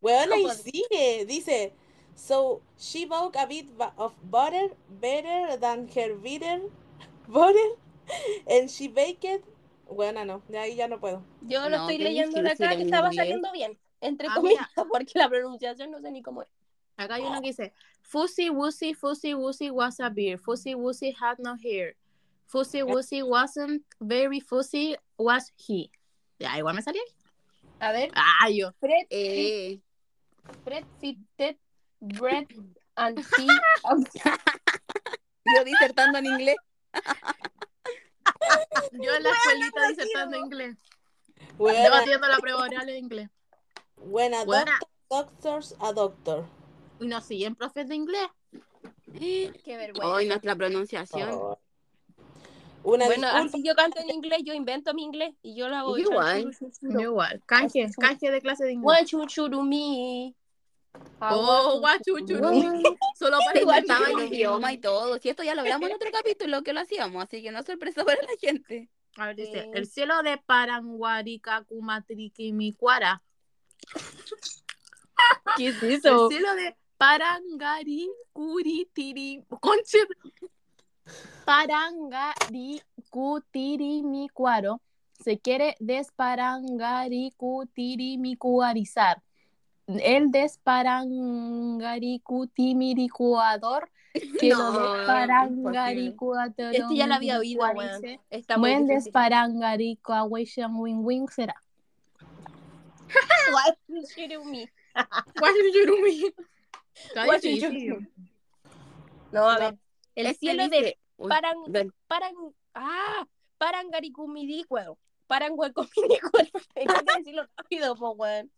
A: Bueno, y
D: Vamos.
A: sigue, dice, so she bought a bit bu- of butter better than her bitter [laughs] butter, and she baked it. Bueno, no, de ahí ya no puedo.
C: Yo lo
D: No,
C: estoy
D: qué
C: leyendo de acá
D: difícil
C: que
D: en
C: estaba
D: inglés.
C: saliendo bien, entre
B: Ah,
C: comillas, [laughs] porque la pronunciación no sé ni cómo es.
B: Acá hay uno que dice, Fuzzy Wuzzy, Fuzzy Wuzzy was a beer. Fuzzy Wuzzy had no hair. Fuzzy Wuzzy wasn't very fuzzy, was he. Ya, igual me salía.
C: A ver,
B: Ah, yo.
C: Fred,
D: eh,
C: Fred, Fit, Ted, Bread, and
D: [laughs]
C: Tea. and-
D: yo disertando en inglés.
B: Yo en la escuelita disertando inglés. Yo
A: Buena,
B: batiendo la prueba oral en inglés.
A: buena,
B: Buena.
A: doctor, doctors a doctor.
B: Y nos siguen profes de inglés.
C: Qué vergüenza.
D: Hoy nuestra
C: Oh.
D: pronunciación.
A: Una
C: Bueno,
A: disculpa,
C: así yo canto en inglés, yo invento mi inglés y yo lo hago.
D: Yo igual.
B: Yo igual. Canje, canje de clase de inglés.
C: Guachuchurumi.
B: Oh, guachuchurumi. Solo para
D: Igual
B: inventar
D: estaba el
B: el
D: idioma y todo. Si esto ya lo hablamos en otro capítulo que lo hacíamos, así que no es sorpresa para la gente.
B: A ver, dice,
C: Sí.
B: el cielo de Paranguarica, Kumatriquimicuara.
C: ¿Qué
B: [laughs]
C: es
B: El cielo de Parangari, Curitiri, conche. Parangari, Cutirimicuaro. Se quiere desparangari, Cutirimicuarizar. El desparangari, [laughs] Cutimiricuador. Que
D: No,
B: lo desparangari, Cuatorón,
C: Este ya lo había oído,
B: cuarice.
C: weón. Está muy
B: Buen
C: difícil.
B: desparangari, Coahuasian Wing Wing será.
C: [laughs] Guachuchurumi.
B: Guachuchurumi.
C: Guachuchurumi. No, a ver. El
D: Este
C: cielo
D: dice-
C: de
D: Uy,
C: paran,
D: ven.
C: paran, ¡Ah! Parangaricumidícuero. [laughs] Paranguecomidícuero. Tenía que decirlo rápido, po, weón.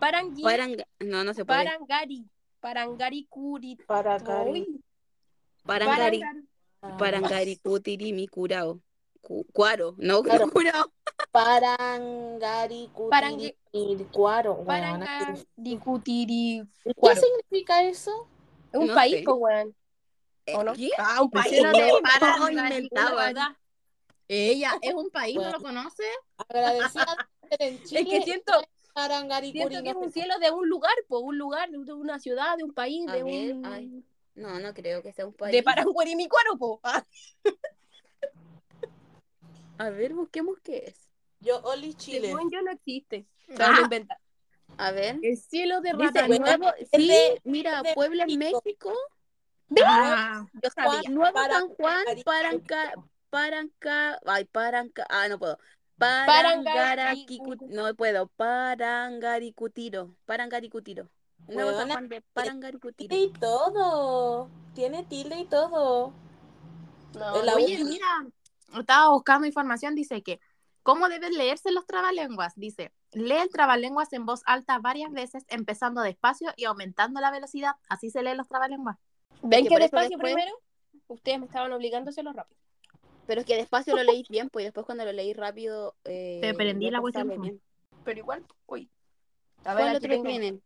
C: Parangui.
D: Paranga- No, no se puede.
C: Parangari. Parangaricuri.
A: Para acá.
C: Uy,
D: Parangari.
C: parangar-
D: Ah. Parangaricutiri mi curao. Cu- cuaro, no [laughs]
A: Claro.
D: curao.
C: Parangui-
A: Parangaricuticuaro. weona.
C: Parangaricutiri.
A: ¿Qué significa eso?
C: Un
D: No
C: país,
D: sé. Eh,
C: po, weón. ¿O no?
D: ¿Qué?
C: Ah, un país.
D: Hicieron
C: ¿no?
D: de
B: Parangaricutiri.
D: todo inventaban.
C: ¿Verdad?
B: Ella es un país, ¿no lo conoce?
A: Agradecida de estar en Chile.
C: [laughs] Es que siento,
A: Parangaricuri,
C: siento que este es
A: no
C: un
A: sé.
C: cielo de un lugar, po, un lugar, de de una ciudad, de un país,
D: A
C: de
D: ver,
C: un...
D: ay. No, no creo que sea un país.
C: De Paranguerimicuaro, po. Ah,
D: A ver, busquemos qué es.
A: Yo, Oli Chile.
C: según yo no existe. Se
B: Ah.
C: lo inventa.
D: A ver.
B: El cielo de
D: Dice,
B: Rata Nueva.
D: nuevo, sí,
A: de-
D: mira,
A: de
D: Puebla en
A: México.
D: México,
B: Ah,
C: Yo sabía.
D: Nuevo
A: para-
D: San Juan,
A: Cari-
D: Paranca, Paranca, ay, Paranca, ah, no puedo.
C: Parangaricu-
D: Parangaricu- no puedo, Parangaricutiro, Parangaricutiro. Nuevo San
A: Huevona,
D: Juan de Parangaricutiro.
A: Tiene y todo. Tiene tilde y todo.
C: No,
A: La
B: Oye,
A: U.
B: mira, estaba buscando información, dice que, ¿cómo deben leerse los trabalenguas? Dice, lee el trabalenguas en voz alta varias veces, empezando despacio y aumentando la velocidad. Así se leen los trabalenguas.
C: ¿Ven
D: que
C: que
D: por eso
C: despacio
D: después-
C: primero? Ustedes me estaban obligando a hacerlo rápido.
D: Pero es que despacio lo leí tiempo y después cuando lo leí rápido. Eh,
B: Te aprendí
D: ya
B: la
D: te
B: cuestión,
D: sale
B: po.
D: bien.
C: Pero igual, uy. A ver,
D: ¿Cuál
C: aquí
D: otro
C: tengo-
D: tienen?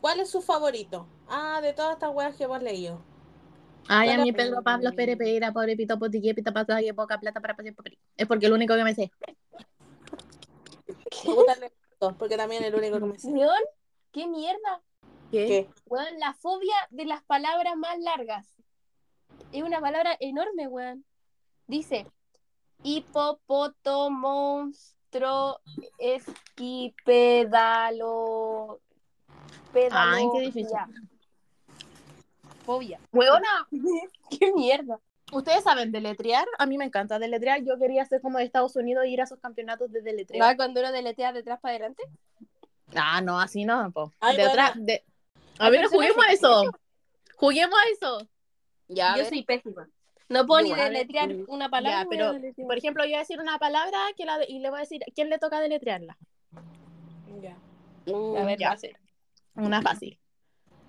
A: ¿Cuál es su favorito? Ah, de todas estas weas que hemos leído.
B: Ay, a
A: Bueno,
B: mí Pedro Pablo Pérez Pereira, pobre Pito Potille, Pito Patada, que poca plata para pasar papel. Es porque lo único que me sé.
A: Me gustan los dos, porque también el único que me sé.
C: Weón, ¿Qué mierda?
D: ¿Qué?
A: ¿Qué?
C: Weón, la fobia de las palabras más largas. Es una palabra enorme, weón. Dice, hipopoto, monstruo, esquipedalo, pedalo.
B: Ay, qué difícil.
C: ya. Fobia.
B: [laughs] Huevona,
C: ¿Qué mierda?
B: ¿ustedes saben deletrear? A mí me encanta deletrear. Yo quería ser como de Estados Unidos e ir a sus campeonatos de deletreo.
C: ¿No cuando uno deletea detrás para adelante?
B: Ah, no, así no, po.
A: Ay,
B: de
A: bueno.
B: otra, de... A ver,
C: pero eso no
B: juguemos a
C: existe.
B: eso. Juguemos a eso.
D: Ya, a
C: Yo
D: ver.
C: soy pésima. No puedo ni
D: Igual.
C: deletrear una palabra.
B: Ya, pero,
C: voy a deletrear.
B: por ejemplo, yo voy a decir una palabra que la y le voy a decir quién le toca deletrearla.
A: Ya.
D: Mm,
C: A ver,
B: ya.
C: va a ser.
B: Una fácil.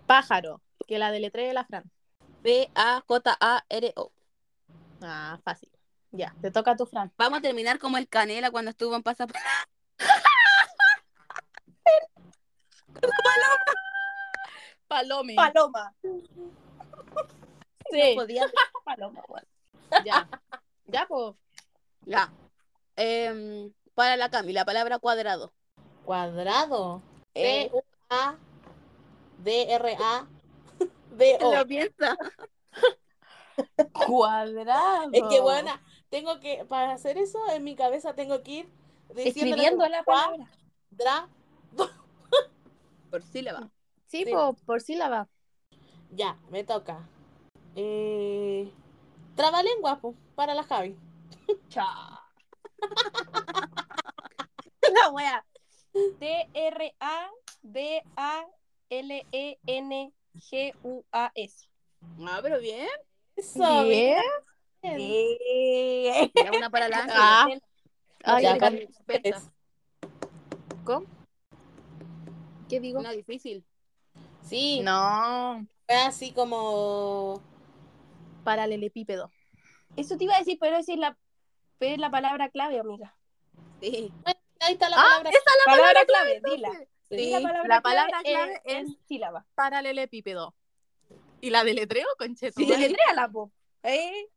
B: Pájaro, que la deletree la Fran.
D: P-A-J-A-R-O.
B: Ah, fácil. Ya, te toca a tu Fran.
D: Vamos a terminar como el Canela cuando estuvo en Pasa
B: Palome.
C: Paloma. Sí.
B: Paloma, Ya. Ya, pues.
D: Ya. Em, para la Cami, la palabra cuadrado.
A: Cuadrado.
D: Eh,
A: [laughs] C-U-A-D-R-A-D-O.
D: Lo piensa.
C: Cuadrado.
A: Es que, buena, tengo que, para hacer eso, en mi cabeza tengo que ir diciéndole
C: Escribiendo la palabra.
A: cuadra-
D: Por sílaba.
B: Sí,
A: Sí.
B: po, por sílaba.
A: Ya, me toca. Eh, trabalenguas, po, para la Javi.
C: Cha. la wea. T-R-A-B-A-L-E-N-G-U-A-S.
D: Ah, pero bien.
A: Eso,
B: Bien.
A: bien.
C: Sí.
D: Ya una para la Ángela.
B: Ah.
A: Ay,
D: Ya,
A: sí,
D: Cami, experta.
A: Es-
B: ¿Qué digo?
D: Una difícil.
A: Sí,
B: No.
A: fue así como...
B: Paralelepípedo.
C: Eso te iba a decir, pero esa es la, pero es la palabra clave, amiga.
D: Sí.
A: Ahí está la
B: Ah,
A: palabra.
C: palabra, clave, dila.
A: Sí.
D: La
B: la palabra clave
C: en-
B: es-
C: en sílaba.
B: Paralelepípedo. ¿Y la deletreo, concheto?
C: Sí, deletréala, po. Eh,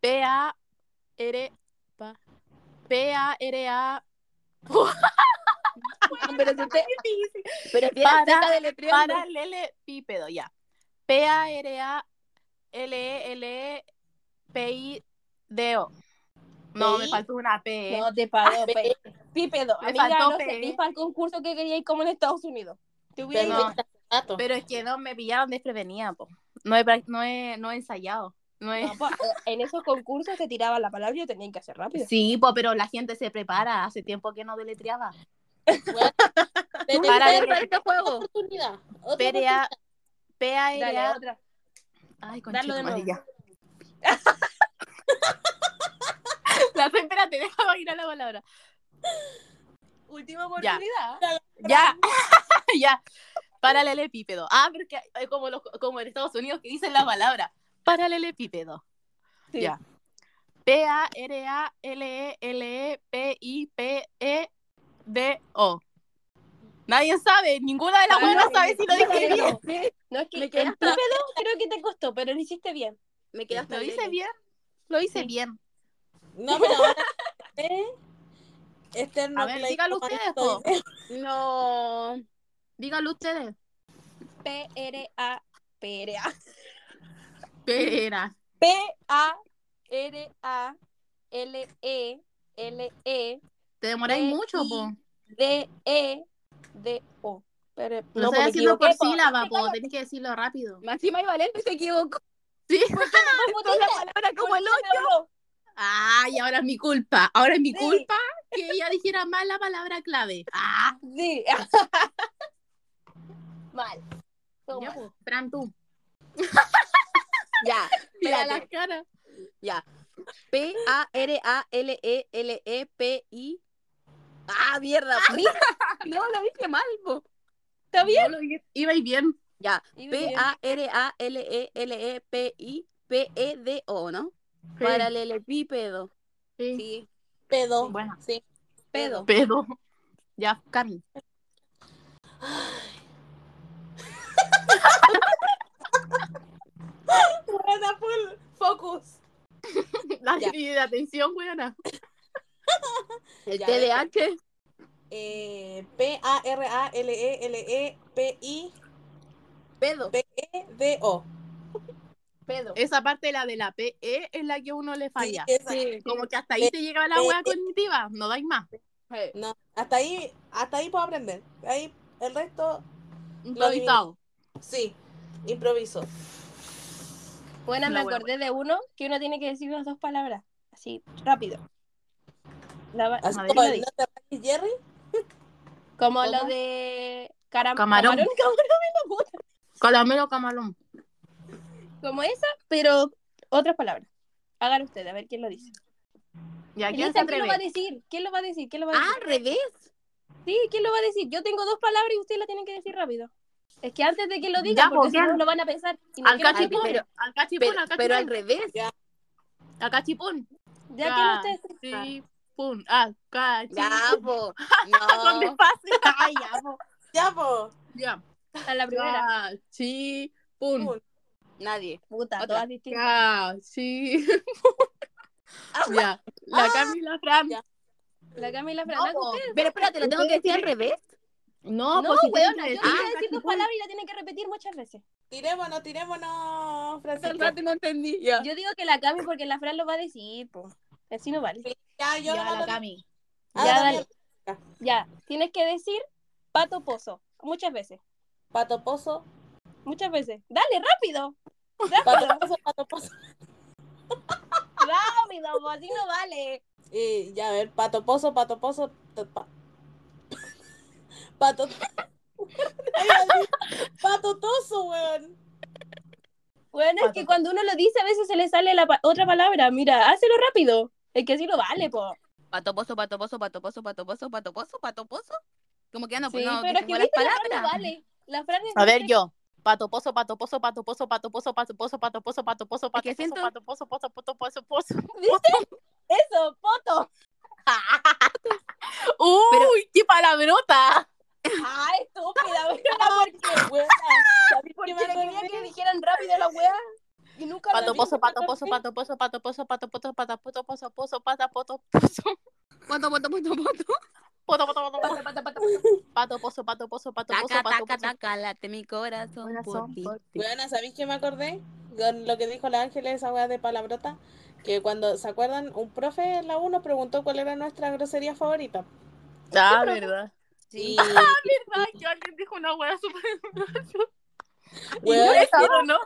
B: P-A-R... pa- [laughs] P-A-R-A...
D: Pero si usted- pero si
B: Para-
D: era cerca del letreo,
B: Paralelepípedo, ya. E P-A-R-A-L-E-L-E-P-I-D-O. No,
A: ¿Pi?
B: me faltó una P.
C: No te pagó, pe. Pípedo.
B: Me
C: Amiga,
B: faltó
C: no
B: pe.
C: servís para el concurso que queríais como en Estados Unidos. Te hubiera
A: Pero
B: no.
C: ido-
A: está rato.
B: Pero es que no me pillaron desprevenida, po. No he, prac- no he, no he ensayado. No he...
C: No, po, eh, en esos concursos te tiraban la palabra y yo tenía que hacer rápido.
B: Sí, po, pero la gente se prepara. Hace tiempo que no deletreaba.
A: Te
B: para
A: tengo
B: de-
A: otra
D: para este juego.
A: oportunidad. Otra
B: Perea-
A: oportunidad.
C: Dale,
B: P-A-R-A...
C: otra.
B: Ay, [laughs]
C: Darlo de
B: conchetumare,
C: nuevo.
B: ya. espérate, déjame ir a la palabra.
A: Última
B: Ya.
A: oportunidad.
B: Ya, [laughs] ya. Paralelepípedo. Ah, porque hay como, los- como en Estados Unidos que dicen la palabra. Paralelepípedo.
A: Sí.
B: Ya. E P-A-R-A-L-E-L-E-P-I-P-E-D-O. E Nadie sabe, ninguna de las
C: Bueno,
B: buenas sabe si lo dije bien.
C: no, No, es que
D: Me
C: el
D: quedé hasta-
C: pípedo creo que te costó, pero lo hiciste bien.
D: Me quedé hasta
B: ¿Lo
D: el
B: hice
D: L.
B: bien? Lo hice
C: Sí.
B: bien.
A: No, pero ahora. este ¿eh? Externo
B: A ver, dígalo ustedes, po.
D: No.
B: Dígalo ustedes.
C: P-R-A. P-R-A.
B: Espera.
C: P-A-R-A-L-E-L-E-D-E-D-O.
B: Te demoráis
C: Eh, Sí.
B: mucho, po.
C: Pero
B: Lo
C: no,
B: sabes
C: me
B: decirlo por
C: equivoqué, po.
B: sílaba, po. Tenés que decirlo rápido.
D: Máxima y Valente se equivocó.
B: Sí.
C: [laughs] ¿Cómo te la palabra
D: como el
C: ocho?
B: Ay, ahora es mi culpa. Ahora es mi
C: Sí.
B: culpa que ella dijera mal la palabra clave. Ah, [laughs]
C: Sí. mal. Todo
B: ya,
C: mal.
B: pues, Fran, tú.
D: Ya.
B: Mira
D: Espérate.
B: las caras.
D: Ya. E P-A-R-A-L-E-L-E-P-I. Ah, mierda. no, lo dije mal, po.
C: ¿Está bien?
B: No lo dije. Iba y bien.
D: Ya.
C: Iba bien.
D: E P-A-R-A-L-E-L-E-P-I-P-E-D-O, E ¿no? Paralelepípedo.
B: Sí.
D: Sí.
A: Pedo.
B: Bueno,
A: Sí.
D: Pedo.
B: pedo. Ya, [laughs] Cami.
A: Buena, full focus.
B: La
D: Ya.
B: de atención, weona.
D: El
A: Ya.
D: TDAH.
A: Eh, E P-A-R-A-L-E-L-E-P-I-P-E-D-O.
D: Pedo.
A: E
C: Pedo.
B: Esa parte, la de la PE, es la que uno le falla.
A: Sí, esa.
B: Como que hasta ahí te llega la hueá cognitiva. No dais más.
A: No, hasta ahí, hasta ahí puedo aprender. Ahí el resto,
B: Improvisado.
A: sí, improviso.
C: Bueno,
B: La
C: me
B: huevo.
C: acordé de uno que uno tiene que decir unas dos palabras. Así, rápido. La va-
A: Así
B: A ver,
A: como
C: lo
A: el
C: dice.
A: no te apagues, Jerry.
C: como
D: ¿Cómo?
C: lo de caram-
B: Camarón.
C: camarón, camarón, me gusta.
B: Calamelo, camalón.
C: Como esa, pero otras palabras. Hágalo usted, a ver quién lo dice.
B: Ya, ¿quién se
C: Elisa, ¿quién lo va a
B: atreve?
C: decir? ¿Quién lo va a decir? ¿Quién lo va a
D: Ah,
C: decir?
D: al revés.
C: Sí, ¿quién lo va a decir? Yo tengo dos palabras y ustedes la tienen que decir rápido. Es que antes de que lo digan,
B: Ya,
C: porque
B: pues,
C: si no
B: ya.
C: lo van a pensar. Y no
B: Al
C: quiero-
B: cachipún.
D: pero-
B: Al
D: Pero,
B: cachipún, al
D: pero al
B: cachipún.
D: revés.
B: Al cachipún.
C: Ya,
B: Ya.
C: ¿quién ustedes?
B: Sí, pum, ah, cachi.
D: Ya, po.
B: Con
D: No.
B: despacio.
C: Ay, ya, po.
A: Ya, po.
B: Ya.
C: A la primera.
B: Cachi, pum,
A: Pum.
D: Nadie.
C: Puta,
D: Otra.
C: todas distintas.
B: cachi.
D: Ah,
B: Ya. La Camila Fran.
A: Ya.
C: La Camila
B: No, pues,
C: Fran,
B: po.
D: Pero espérate, ¿lo tengo que decir al revés?
B: No,
C: no,
B: pues si
C: weona,
B: tienen que
C: yo
B: decir
C: voy a decir
B: cachipún.
C: dos palabras y la tienen que repetir muchas veces.
A: Tirémonos, tirémonos, Francisco.
D: no entendí. Ya.
C: Yo digo que la Cami porque la Fran lo va a decir, po. Así no vale.
A: Ya, yo
B: Ya,
A: no
B: la
A: lo-
B: Cami.
A: Ah,
C: Ya,
A: Daniel.
C: dale. Ya, tienes que decir pato pozo. Muchas veces.
A: Pato Pozo.
C: Muchas veces. Dale, rápido.
A: Pato Pozo, Pato Pozo.
C: Rápido, po, así no vale.
A: Y ya, a ver, Pato Pozo, Pato Pozo. ta- pa- Pato. Pato Toso, weón.
C: Bueno, es
B: Pato
C: que cuando uno lo dice a veces se le sale la pa- otra palabra. Mira, hácelo rápido. Es que así no vale, po.
D: Pato pozo, pato pozo, pato pozo, pato pozo, pato pozo, pato pozo. Como que ya no,
C: sí,
D: pues no
C: pero es que
D: distingo las
C: viste, la Fran no
D: palabras.
C: vale. La Fran es
B: A ver,
C: siempre-
B: yo. Pato pozo, pato pozo, pato pozo, pato pozo, pato pozo, pato pozo, pato pozo, pato
D: que
B: pozo,
D: siento-
B: pato pozo, pato pozo, pato pozo.
C: ¿Viste? Eso, poto.
B: Uy, qué palabrota.
C: Ay, Ah, estúpida, mira por qué.
A: Weón,
C: ¿Sabes por qué
A: me
C: quería
A: acordé?
C: que dijeran rápido la weá? Y nunca lo
B: Pato
C: dije,
B: pozo, pato
C: ¿sabes
B: pozo,
C: por qué?
B: pato pozo, pato pozo, pato pozo, pato pozo, pato pozo, pato pozo, pozo.
D: Pato, pato, pato, pato.
B: Pato, pato, pato, pato,
C: Pata, pata, pata.
B: pato, pozo, pato, pozo, pato, pozo,
D: Taca,
B: pato,
D: taca,
B: pozo.
D: taca, late mi corazón por ti.
A: Weona, ¿sabéis qué me acordé? Con lo que dijo la Ángeles, esa weá de palabrota. Que cuando, ¿se acuerdan? Un profe en la 1 preguntó cuál era nuestra grosería favorita.
B: Ah, verdad.
A: Sí.
B: [laughs] Verdad que alguien dijo una hueá súper
A: Weón,
B: imbécil, ¿no?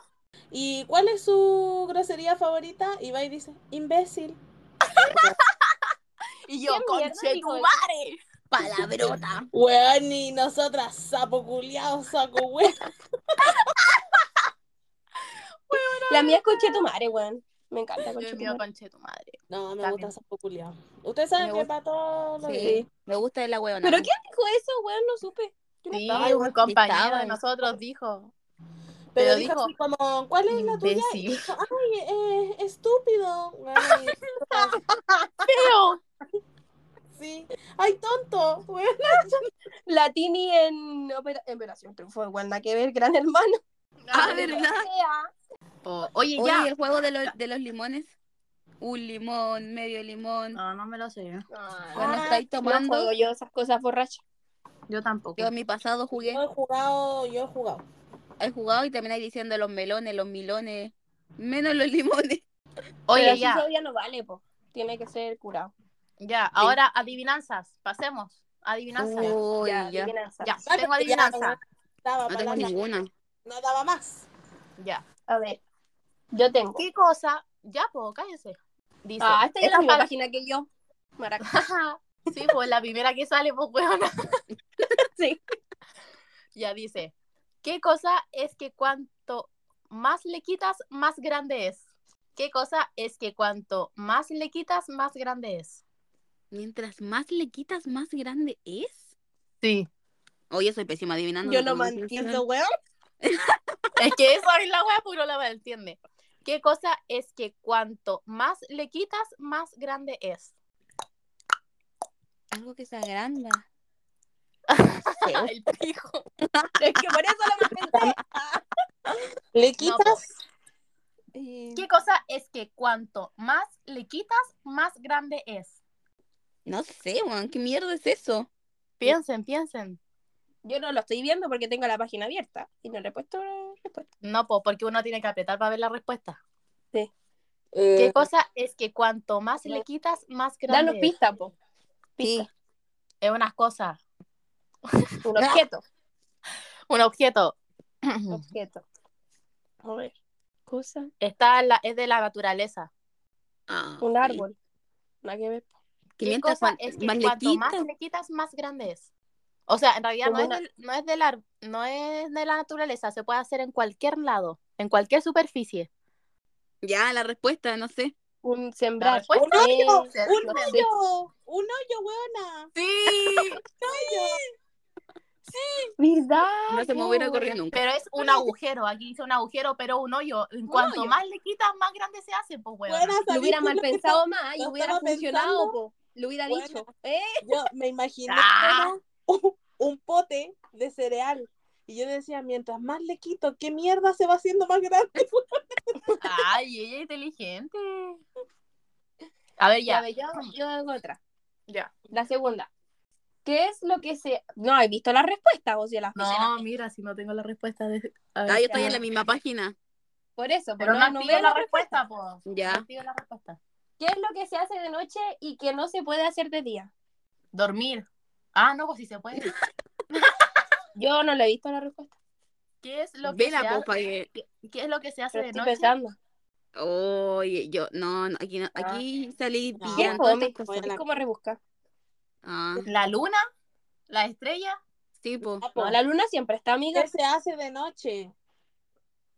A: ¿Y cuál es su grosería favorita? Y va y dice, imbécil.
B: Y yo,
C: ¿Qué mierda
B: conche tu
C: dijo eso?
B: madre.
D: Palabrota.
A: Weón, y nosotras, sapo culiao, saco weón.
C: La mía es conchetumare, weón. Me encanta,
B: Yo
C: conchetumare.
B: envío conche tu madre.
A: No, me
B: También.
A: gusta esa peculiar. Ustedes saben
D: Me
A: que
D: gusta-
A: para todo lo
D: Sí, me gusta la huevona.
C: ¿Pero quién dijo eso, weón? No supe. Yo no
B: Sí,
C: estaba.
B: un compañero
D: estaba.
B: de nosotros dijo.
A: Pero,
B: Pero
A: dijo
B: dijo,
A: así como, ¿cuál es la tuya? Y
B: Imbécil.
A: dijo, ay, eh, estúpido. Ay,
B: Feo.
A: sí. Ay, tonto. Bueno,
C: Latini en, opera- en Operación Triunfo, weón, nada que ver, gran hermano.
D: Ah, ¿verdad?
B: O- Oye,
D: Oye,
B: ya.
D: el juego de, los- de los limones. Un limón, medio limón.
B: No, no me lo sé.
D: Cuando
A: Ah,
D: estáis
C: No
D: tomando,
C: juego yo esas cosas borrachas.
B: Yo tampoco.
D: yo en mi pasado jugué,
A: yo he jugado, yo he jugado.
D: he jugado y termináis diciendo los melones, los milones, menos los limones.
C: Pero
B: Oye,
C: así
B: ya.
C: todavía no vale, po. Tiene que ser curado.
B: Ya. Ahora, adivinanzas. Pasemos. Adivinanzas.
D: Uy, Uh, ya.
C: adivinanza.
B: Ya,
A: Vale,
B: tengo
A: ya,
B: adivinanza.
A: bueno. Daba
D: No
A: para
D: tengo
A: la-
D: ninguna.
A: no daba más.
B: Ya.
C: A ver, yo tengo.
B: ¿Qué cosa? Ya, po, cállense. Dice.
C: Ah, esta
B: en
C: es la
B: las
C: misma
B: pal-
C: página que yo. Maraca. [laughs]
B: sí, pues la primera que sale, pues weona.
C: Sí.
B: Ya dice, ¿qué cosa es que cuanto más le quitas, más grande es? ¿Qué cosa es que cuanto más le quitas, más grande es?
D: Mientras más le quitas, más grande es.
B: Sí.
D: Oye, soy pésima adivinando.
C: Yo no
D: tengo
C: mantiendo, weón.
B: Es que eso es la wea, puro la wea, entiende. ¿Qué cosa es que cuanto más le quitas, más grande es?
D: Algo que se [laughs] agranda.
B: El pijo.
C: Es que por eso lo pensé.
A: ¿Le
B: No,
A: quitas?
C: Eh,
B: ¿Qué cosa es que cuanto más le quitas, más grande es?
D: No sé, weón, ¿qué mierda es eso?
B: Piensen, piensen.
C: Yo no lo estoy viendo porque tengo la página abierta y no le he puesto respuesta.
B: No, po, porque uno tiene que apretar para ver la respuesta.
A: Eh,
B: ¿Qué cosa es que cuanto más le quitas, más grande
C: Danos
B: es?
C: pista, po.
D: Sí.
B: Es unas cosas.
C: [laughs] Un objeto.
B: [laughs] Un objeto.
C: Objeto. A ver. Cosa.
B: Está en la, es de la naturaleza.
D: Ah,
C: Un
D: sí.
C: árbol. Nada que ver.
D: Que
B: ¿Qué
D: mientras
B: cosa
D: más,
B: es que
D: más le
B: cuanto más
D: quitas,
B: le quitas, más grande es? O sea, en realidad no
C: Como
B: es,
C: una-
B: del- no, es de la, no es de la naturaleza. Se puede hacer en cualquier lado, en cualquier superficie.
D: ya la respuesta, no sé.
C: Un sembrar.
B: respuesta-
A: un hoyo,
C: Eh,
A: un
C: no sé.
A: hoyo, un hoyo, weona.
D: Sí.
C: ¿Verdad?
D: No se me hubiera ocurrido nunca.
B: Pero es un agujero. Aquí dice un agujero, pero un hoyo. En cuanto
C: hoyo.
B: más le quitas, más grande se hace. Pues, weón.
A: Weona,
C: Lo
A: ¿sabéis qué
C: hubiera
A: es
C: mal
A: lo que
C: pensado más y
A: lo
C: hubiera
A: estaba
C: funcionado,
A: pensando.
C: po. Lo hubiera
A: Bueno.
C: dicho. ¿Eh?
A: Yo me imaginé
B: Ah.
A: un, un pote de cereal. Y yo decía, mientras más le quito, ¿qué mierda se va haciendo más
B: [laughs]
A: grande?
B: Ay, ella es inteligente. A ver,
C: Ya,
B: ya.
C: ve, yo, yo hago otra.
B: Ya.
C: La segunda. ¿Qué es lo que se.? No, he visto la respuesta, vos ya las
B: No, mira, si no tengo la respuesta de. a ver.
D: Ah, yo estoy en la misma página.
C: Por eso,
B: Pero
C: por
B: no,
C: no
B: pido
C: veo
B: la respuesta, po.
D: Ya.
B: No pido la respuesta.
C: ¿Qué es lo que se hace de noche y que no se puede hacer de día?
B: Dormir. Ah, no, pues si se puede.
C: Yo no le he visto la respuesta.
B: ¿Qué es lo que se
D: Vela,
B: hace?
D: pues, para que.
B: ¿Qué es lo que se hace
C: Pero
B: de
C: estoy
B: noche?
C: pensando.
D: Oye, yo, no, no, aquí, no-
C: Ah.
D: aquí salí
A: No.
D: pillando
A: Qué
D: todas
C: fome.
D: estas cosas.
A: Buena.
C: Es como rebuscar.
D: Ah,
B: ¿La luna? ¿La estrella?
D: sí, [laughs] po.
C: No, la luna siempre está, amiga.
A: Ah, pues, ¿Qué se hace de noche?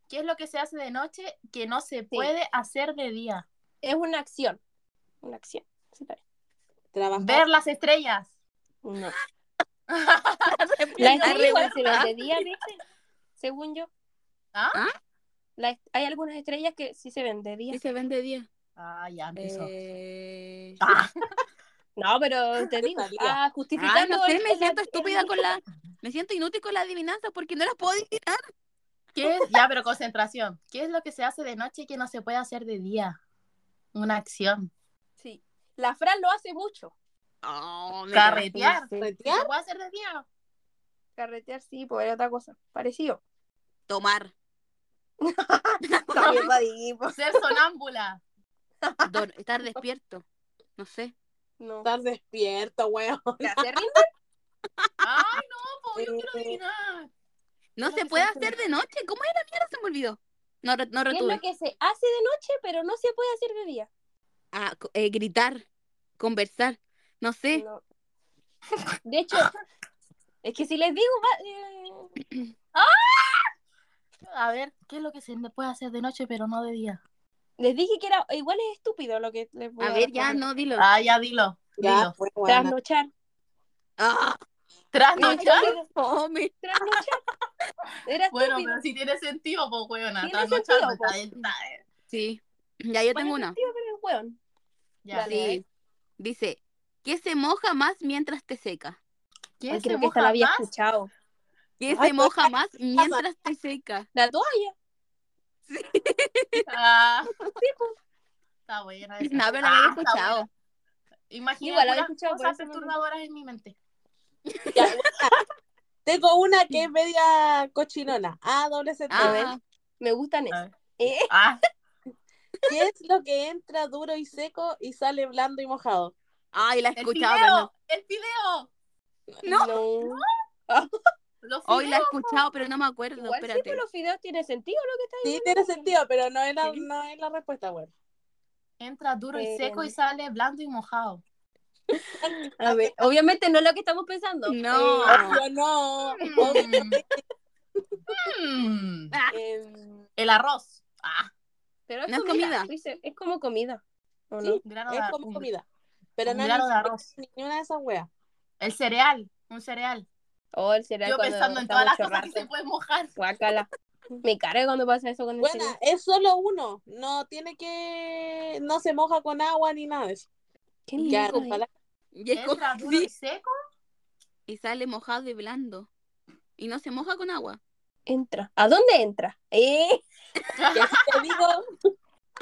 B: ¿Qué es lo que se hace de noche que no se puede hacer de día?
C: Es una acción. Una acción. Sí, está bien.
A: Trabajar.
B: Ver las estrellas.
C: No. La estrella igual se
D: Ah.
C: ve de día, ¿viste? Según yo.
B: ¿Ah?
D: ¿Ah?
C: La est- hay algunas estrellas que sí se ven de día.
D: Sí se vende 10.
B: Ah, ya empezó.
D: Eh...
B: Ah,
C: No, pero te digo.
A: Salía.
C: Ah,
D: Ah,
C: justificando.
D: no sé,
C: el-
D: me
C: el-
D: siento
C: el-
D: estúpida con la. [laughs] Me siento inútil con la adivinanza porque no la puedo adivinar.
B: ¿qué es? Ya, pero concentración. ¿Qué es lo que se hace de noche que no se puede hacer de día? Una acción.
C: Sí. La Fran lo hace mucho.
D: Oh, me
B: Carretear.
D: cagaste.
B: ¿Se
A: ¿Retear?
B: puede hacer de día?
C: Carretear, sí, pues era otra cosa. Parecido.
D: [laughs] Tomar.
C: También tipo.
B: Ser sonámbula.
D: dor- Estar despierto. No sé.
C: No.
A: Estar despierto, weón. [laughs]
C: Hacer
B: Ay, no, po, yo quiero adivinar.
D: No
C: Creo
D: se
C: que
D: puede
C: se
D: hacer de noche. ¿Cómo era mierda? Se me olvidó. No, re- no
C: ¿Qué es
D: retuve.
C: lo que se hace de noche, pero no se puede hacer de día?
D: Ah, co- eh, gritar. Conversar. No sé.
C: No. De hecho, es que si les digo, va- eh,
B: A ver, ¿qué es lo que se puede hacer de noche pero no de día?
C: Les dije que era eh, igual es estúpido lo que les voy
D: A
C: a
D: ver, ya,
C: responder.
D: no, dilo.
B: Ah, ya dilo.
A: Ya, pues,
B: dilo.
A: fue buena.
C: Trasnochar.
D: Ah,
B: Trasnochar.
D: [laughs] qué fome.
C: Trasnochar. Era
B: Bueno,
C: estúpido.
B: pero si tiene sentido, pues, weona.
C: Tiene
B: Trasnochar
C: sentido,
B: no
C: pues.
B: está bien, está bien.
D: Sí. Ya yo tengo
C: Bueno,
D: una.
C: estúpido, pero es weón.
B: Ya.
C: Dale.
D: Sí. Dice, ¿qué se moja más mientras te seca?
B: ¿Qué
C: Ay,
B: se
C: creo que
B: moja
C: esta la había
B: más?
C: escuchado.
D: ¿Qué
A: Ay,
D: se [laughs] moja más mientras te seca?
C: La toalla.
B: Ah. Está
C: [laughs]
B: buena esa.
D: No, pero la
B: Ah,
D: había
B: está
D: escuchado.
B: buena. Imagina
C: Igual la había
B: puras
C: escuchado, por
B: cosas
C: eso no-
B: perturbadoras en mi
C: [laughs]
B: mente.
A: Ya, buena. Tengo una que es media cochinona. A doble sentido.
D: Ah,
C: Me gustan
B: A
C: esas.
B: ver.
C: Eh,
B: Ah,
A: ¿Qué es lo que entra duro y seco y sale blando y mojado?
D: ay, la he
B: el
D: escuchado, pero no.
B: fideo, el fideo.
D: No.
C: no.
B: Los
D: Hoy la he
B: fideos.
D: escuchado, pero no me acuerdo.
C: Igual sí,
D: Espérate.
C: pues los fideos tiene sentido lo que está
A: Sí, tiene sentido, pero no es la,
D: Sí.
A: no es la respuesta, bueno.
B: [laughs] Entra duro y
C: Eh.
B: seco y sale blando y mojado.
C: A ver, obviamente no es lo que estamos pensando.
D: No.
C: Eh,
A: Obvio no. Obvio.
B: Mm.
C: [laughs]
B: Mm.
A: Em,
B: El arroz. Ah,
C: pero
D: No es comida.
C: estoy se- Es como comida. ¿o
A: Sí,
B: grano de
A: es
B: arroz.
A: como comida. Pero
B: Ah, un
A: no es
B: grano
A: ni-
B: de arroz.
A: ni una de esas weas.
B: El cereal, un cereal.
C: no? O el cereal
B: Yo
C: cuando
B: pensando en
C: está
B: todas las
C: mucho
B: cosas que
C: rato.
B: se pueden mojar.
C: Guácala. Me carga cuando pasa eso con el
A: Buena,
C: cereal.
A: es solo uno. No tiene que. No se moja con agua ni nada de eso.
C: ¿Qué
A: Ya,
C: mierda eh. es?
A: ojalá.
D: Y es co-
B: Entra duro
D: sí,
B: y seco.
D: y sale mojado y blando. Y no se moja con agua.
C: Entra. ¿A dónde entra? Eh,
A: Que si te digo. [laughs]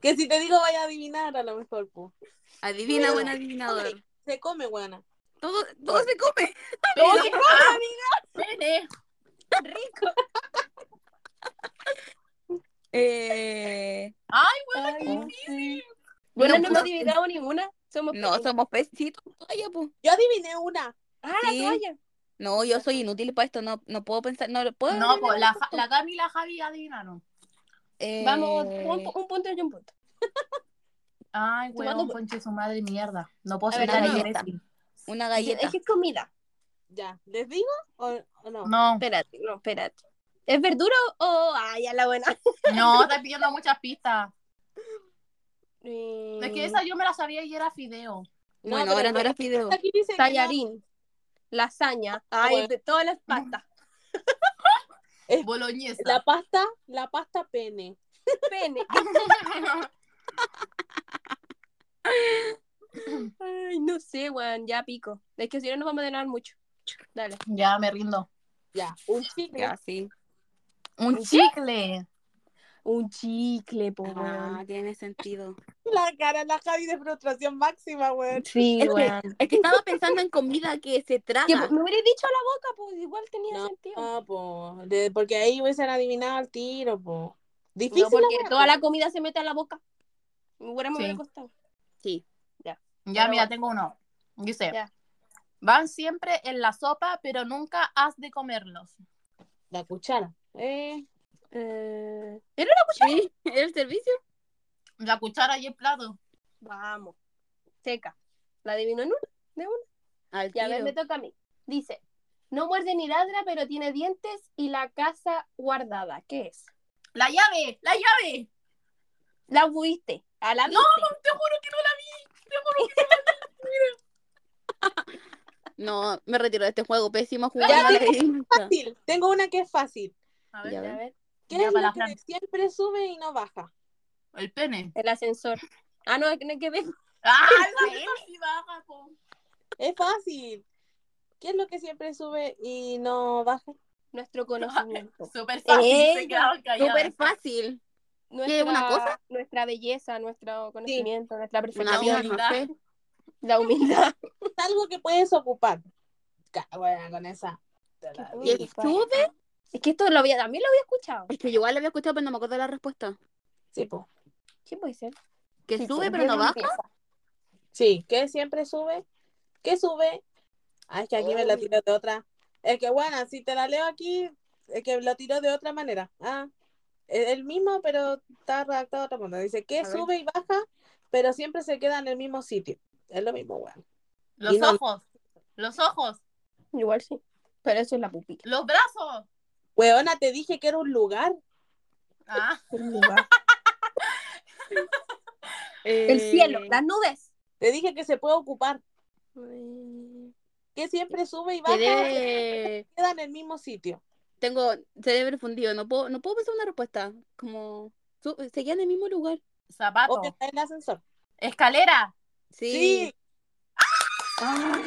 A: que si te digo, vaya a adivinar a lo mejor. po.
D: Adivina,
A: Mira,
D: buen adivinador.
A: Se come, buena.
D: Todo, todo se come.
B: Pene. Ah, pene.
C: rico.
D: Eh,
B: Ay,
C: Ay,
B: bueno,
C: no sé. Bueno,
D: No,
C: no
D: no.
C: hemos adivinado ninguna. Somos
D: no,
C: pésimos.
D: somos pesitos. Toalla, po.
A: Yo adiviné una.
C: Ah,
D: sí.
C: la toalla.
D: No, yo soy inútil para esto. No, no puedo pensar. No lo puedo.
B: No, pues la, Ja- la Cami y la Javi adivinaron.
D: Eh,
C: Vamos, un, pu- un punto y un punto.
B: Ay, weón,
C: Tomando-
B: ponche su madre mierda. No puedo
C: A ver,
B: ser tan
D: no, no.
B: imbécil.
D: Una
C: Es
E: [laughs]
D: galleta.
C: que es comida.
A: Ya. ¿Les digo o, o no?
B: No,
C: Espérate, no, espérate. ¿Es verdura o.? o- Ah, ya la buena.
B: no, estás pidiendo muchas pistas.
C: Eh,
B: Es que esa yo me la sabía y era fideo.
A: No,
D: Bueno,
A: pero
D: ahora
A: es
D: no
A: que-
D: era fideo.
A: Aquí dice que no.
C: Tallarín. Lasaña. Ay,
A: bueno.
C: de todas las pastas.
B: Boloñesa.
A: La pasta, la pasta pene.
C: Pene. Ay, no sé, weón. Ya pico. Es que si no, nos vamos a demorar mucho. Dale.
B: [laughs] ya me rindo.
A: Ya. Un chicle.
D: Ya, sí.
B: Un chicle.
C: Un chicle, po,
D: Ah,
C: weón.
D: tiene sentido.
A: La cara, la Javi de frustración máxima,
C: [laughs]
A: weón.
C: Sí,
D: Es que-
C: weón.
D: Es que estaba pensando en comida que se traga.
C: Que me hubieras dicho a la boca, pues igual tenía
A: No,
C: sentido.
A: no, Ah, po, de- porque ahí hubiesen adivinado al tiro, po. Difícil.
C: No, porque
A: weón.
C: toda la comida se mete a la boca. Igual me
B: Sí.
C: hubiera costado.
D: Sí.
B: Ya,
C: Pero
B: mira,
C: bueno.
B: tengo uno. Dice,
C: Ya.
B: van siempre en la sopa, pero nunca has de comerlos.
A: La cuchara. Eh,
C: Eh,
D: Sí, era el servicio.
B: La cuchara y el plato.
C: Vamos. Seca. ¿La adivino en una? ¿De una?
D: Al
C: Ya, a ver,
D: tiro.
C: me toca a mí. Dice, no muerde ni ladra, pero tiene dientes y la casa guardada. ¿Qué es?
B: La llave, la llave.
C: La fuiste. A la
B: No,
C: viste.
B: Te juro que no la
D: No, me retiro de este juego. Pésimo juego.
A: Ya,
D: no
A: ya.
D: le di
C: [laughs]
D: nunca.
A: fácil. Tengo una que es fácil.
B: vi. A
D: Ya
B: ver,
C: A
D: ves.
C: ver,
A: ¿Qué
B: Ya,
A: es
B: para
A: lo
B: la
A: que
B: Fran.
A: siempre sube y no baja?
B: el pene.
C: el ascensor. Ah, no, no hay que ver.
B: Ah, la pene sí baja, po.
A: Es fácil. ¿Qué es lo que siempre sube y no baja?
C: Nuestro conocimiento.
B: Súper fácil.
D: Ella,
B: se quedaron calladas.
D: Súper fácil.
C: Nuestra,
D: una cosa?
C: Nuestra belleza, nuestro conocimiento, nuestra
D: Una
B: La
D: vida
C: perfección,
D: no
B: humildad.
D: sé.
C: la humildad.
A: Es algo que puedes ocupar. Ca- Bueno, con esa.
D: Y el chupe,
C: Es que esto lo había, también lo había escuchado.
D: es que yo igual lo había escuchado, pero no me acuerdo la respuesta.
A: Sí, po.
C: ¿Qué puede ser?
D: Que
C: Sí, pues,
D: sube, pero no baja.
C: limpieza.
A: Sí, ¿qué siempre sube? ¿Qué sube? Ah, es que aquí me lo tiró de otra. Es que bueno, si te la leo aquí, es que lo tiró de otra manera. Ah, es el mismo, pero está redactado de otra manera. Dice que
D: A ver.
A: sube y baja, pero siempre se queda en el mismo sitio. Es lo mismo, weón.
B: Los
A: Y no-
B: ojos. Los ojos.
C: Igual sí. Pero eso es la pupila.
B: Los brazos.
A: Weona, te dije que era un lugar.
B: Ah,
C: El
A: Eh,
C: cielo, las nubes.
A: Te dije que se puede ocupar,
D: Eh,
A: que siempre sube y baja,
D: Quedé...
A: queda en el mismo sitio.
D: Eh, Tengo cerebro fundido, no puedo, no puedo pensar una respuesta. Como, su- se queda en el mismo lugar.
B: zapato.
A: Obvio, está en el ascensor.
B: Escalera.
D: Sí.
A: Sí,
D: Ah,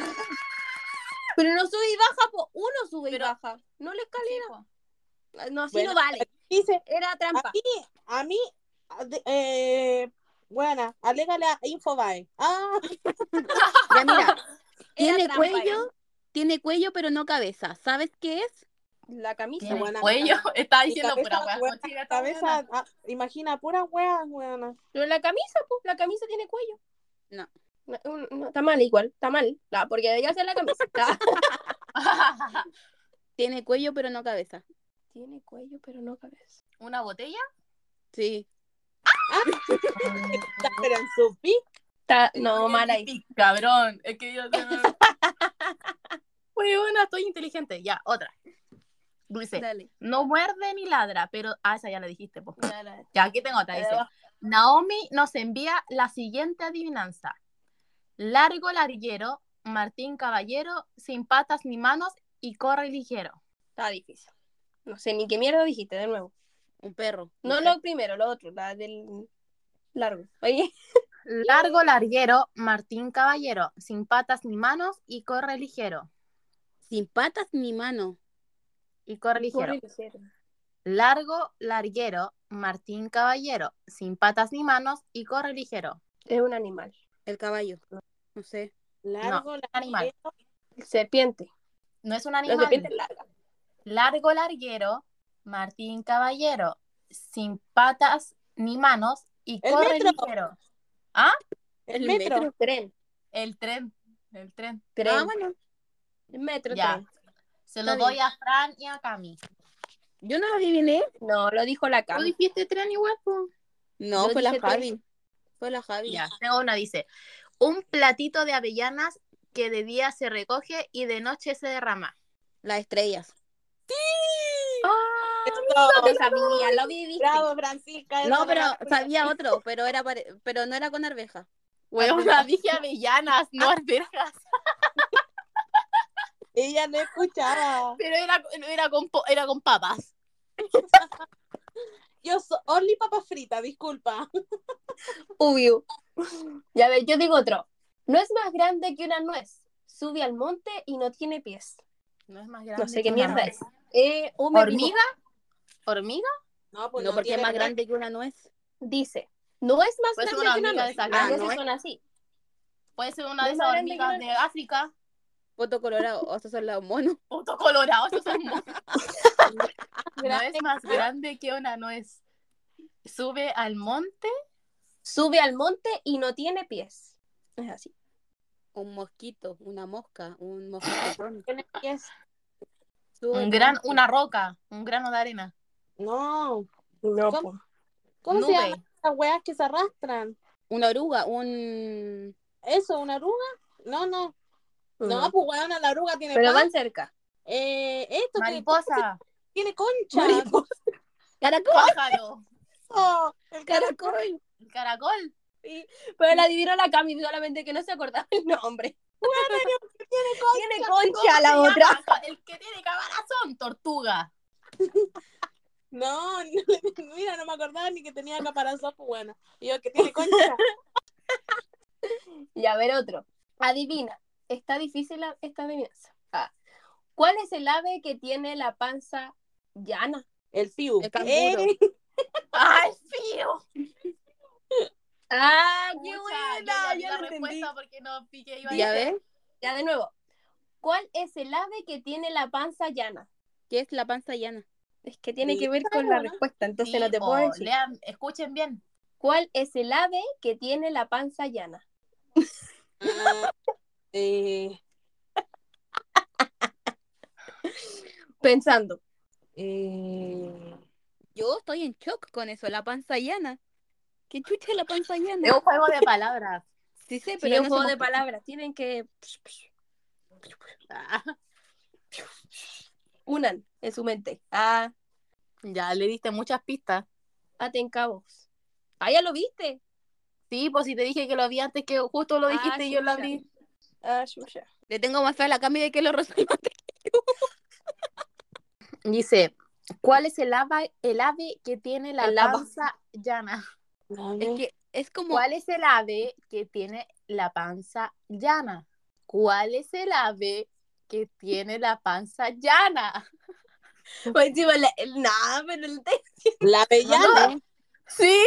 C: Pero no sube y baja, po. uno sube
B: Pero-
C: y baja. No la escalera. No, así
A: Bueno, Ah,
C: no vale.
A: dice,
C: Era
A: a
C: trampa.
A: mí, a mí, a- de- eh, buena, alégale a Infobae. Ah,
D: ya mira,
C: [laughs] Era
D: tiene
C: trampa,
D: cuello, tiene cuello, pero no cabeza. ¿Sabes qué es?
C: La camisa.
B: Tiene
A: buena.
B: cuello. [laughs] Estaba
A: Mi
B: diciendo
A: cabeza,
B: pura
A: buena,
B: hueá. cochina, esta
A: cabeza,
B: buena.
A: ah, imagina, pura hueá, buena.
C: Pero la camisa, pues, la camisa tiene cuello.
D: No.
C: No, no, está mal igual, está mal. La- porque debería ser la camisa. Está-
D: Tiene cuello, pero no cabeza.
C: tiene cuello, pero no cabeza.
B: ¿Una botella?
D: Sí.
A: Está, Pero en su pic,
C: Está- no, mal ahí.
B: Sí, Cabrón. Es que yo. [laughs] Huevona, estoy inteligente. Ya, otra. Dice,
D: Dale.
B: no muerde ni ladra, pero. Ah, esa ya la dijiste, po.
C: Ya, la-
B: Ya, aquí tengo otra.
C: la de
B: Dice,
C: abajo.
B: Naomi nos envía la siguiente adivinanza. Largo larguero, Martín Caballero, sin patas ni manos y corre ligero.
C: Está difícil. No sé ni qué mierda dijiste de nuevo.
D: Un perro.
C: [laughs] No
D: sé.
C: lo primero, lo otro, la del largo. Oye,
B: Largo larguero, Martín Caballero, sin patas ni manos y corre ligero.
D: Sin patas ni mano.
B: Y corre ligero.
C: corre ligero.
B: Largo larguero, Martín Caballero, sin patas ni manos y corre ligero.
C: es un animal.
D: El caballo. No sé.
A: largo,
B: Animal.
A: largo,
C: Serpiente.
B: No es un
C: La
B: animal.
C: serpiente es larga.
B: Largo larguero, Martín Caballero, sin patas ni manos y
A: El
B: corre
A: metro.
B: ligero.
A: el
D: El
A: metro.
D: metro.
C: Tren.
B: El tren, el tren.
C: Tren.
D: Ah, bueno.
C: Metro,
B: Ya.
C: tren.
B: Se lo
D: Está
B: doy a Fran y a Cami.
D: Yo no adiviné.
C: No, lo dijo la
B: ¿Tú
C: cama.
B: dijiste tren igual? po?
D: No,
C: Yo
D: fue la
C: dije tres.
D: Javi. Fue la Javi.
B: Ya, tengo una, dice. Un platito de avellanas que de día se recoge y de noche se derrama.
D: Las estrellas.
A: Ah, Esto.
C: Lo sabía, lo viviste.
A: Bravo, Francisca.
D: No,
A: eso
D: pero
A: la-
D: sabía otro, pero era pare- pero no era con arveja.
B: Huevona, dije avellanas, no albergas.
A: Ella no escuchaba.
B: Pero era, era, con, po- era con papas.
A: Yo soy Only Papa Frita, disculpa.
C: Obvio. Ya ver, yo digo otro. No es más grande que una nuez. Sube al monte y no tiene pies.
B: No es más grande.
C: No sé qué
B: que una
C: mierda
B: nuez.
C: es. Eh, un
B: ¿Hormiga? ¿Hormiga?
A: No,
D: No, porque es
A: tiene
D: más
A: gracia.
D: grande que una nuez.
C: dice, no es más
B: Pues
C: grande
B: una
C: que una Ah,
B: hormiga
C: nuez.
B: de esa
C: Las
D: grande.
C: nueces son así.
B: Puede ser una
C: No
B: de
C: es
B: esas
C: más grande que
B: hormigas
C: una
B: de África.
D: Poto colorado. O sea, son los monos.
B: Puto colorado, esos son
C: [laughs]
B: monos. No
C: Grande.
B: es más grande que una nuez. Sube al monte.
C: Sube al monte y no tiene pies. Es así.
D: Un mosquito, una mosca, un mosquito.
A: Tiene pies.
B: Un gran, una roca, un grano de arena.
A: No.
C: No,
A: po. ¿Cómo se
B: Nube.
A: llaman esas weas que se arrastran?
D: Una oruga, un
A: ¿Eso, una oruga? No, no. No, pues weona, la oruga tiene
C: Mm. Pero
A: pan.
C: van cerca.
A: Eh, esto que-
B: Mariposa,
A: tiene concha.
D: caracol.
B: pájaro,
A: Eso, el caracol.
D: Caracol.
B: el caracol.
C: Pero la adivinó la Cami, solamente que no se acordaba el nombre. [laughs] Tiene
B: ¿Cómo
C: concha
B: se
C: la
B: llama?
C: otra.
B: El que tiene caparazón, tortuga.
A: No, [laughs] no, mira, no me acordaba ni que tenía caparazón, pues bueno. Y yo que
C: [laughs]
A: tiene concha.
C: Y a ver otro. Adivina. Está difícil la- esta adivinanza. Ah. ¿Cuál es el ave que tiene la panza llana?
A: El Eh. piu.
D: El canguro.
B: ¡Ay, [laughs] fío!
C: ¡Ah, qué
B: Pucha, yo
C: buena!
B: di
C: Ya
B: la
C: lo entendí.
B: respuesta porque no piqué iba a
D: Ya
B: decir.
D: ves,
C: Ya de nuevo. ¿Cuál es el ave que tiene la panza llana?
D: ¿qué es la panza llana?
C: Es que tiene
A: Sí,
C: que ver
A: está
C: con la
A: buena.
C: respuesta, entonces
B: Sí,
C: no te
B: po,
C: puedo decir.
B: lean, escuchen bien.
C: ¿Cuál es el ave que tiene la panza llana?
A: Ah, eh,
C: Pensando.
A: eh,
D: Yo estoy en shock con eso, la panza llana. ¿Qué chucha es la panza
B: Es
D: llana?
B: un juego de palabras. [laughs]
D: Sí sé,
C: Sí,
D: pero
C: es
D: no
C: un juego
D: somos-
C: de palabras. Tienen que
B: Ah,
C: unan en su mente. Ah,
B: ya le diste muchas pistas.
C: aten cabos. Ah, ya lo viste.
B: Sí, pues si te dije que lo vi antes que justo lo
C: Ah,
B: dijiste y yo lo
C: chucha.
B: abrí.
C: Ah, chucha.
D: Le tengo más fe a la Cami de que lo resuelva.
B: Dice, ¿cuál es el, ava- el ave que tiene la
C: El ave.
B: panza llana?
D: Es que es como.
B: ¿Cuál es el ave que tiene la panza llana? ¿Cuál es el ave que tiene la panza llana?
C: Pues encima, la- el- nah, pero el de-
A: La avellana.
D: No.
B: Sí.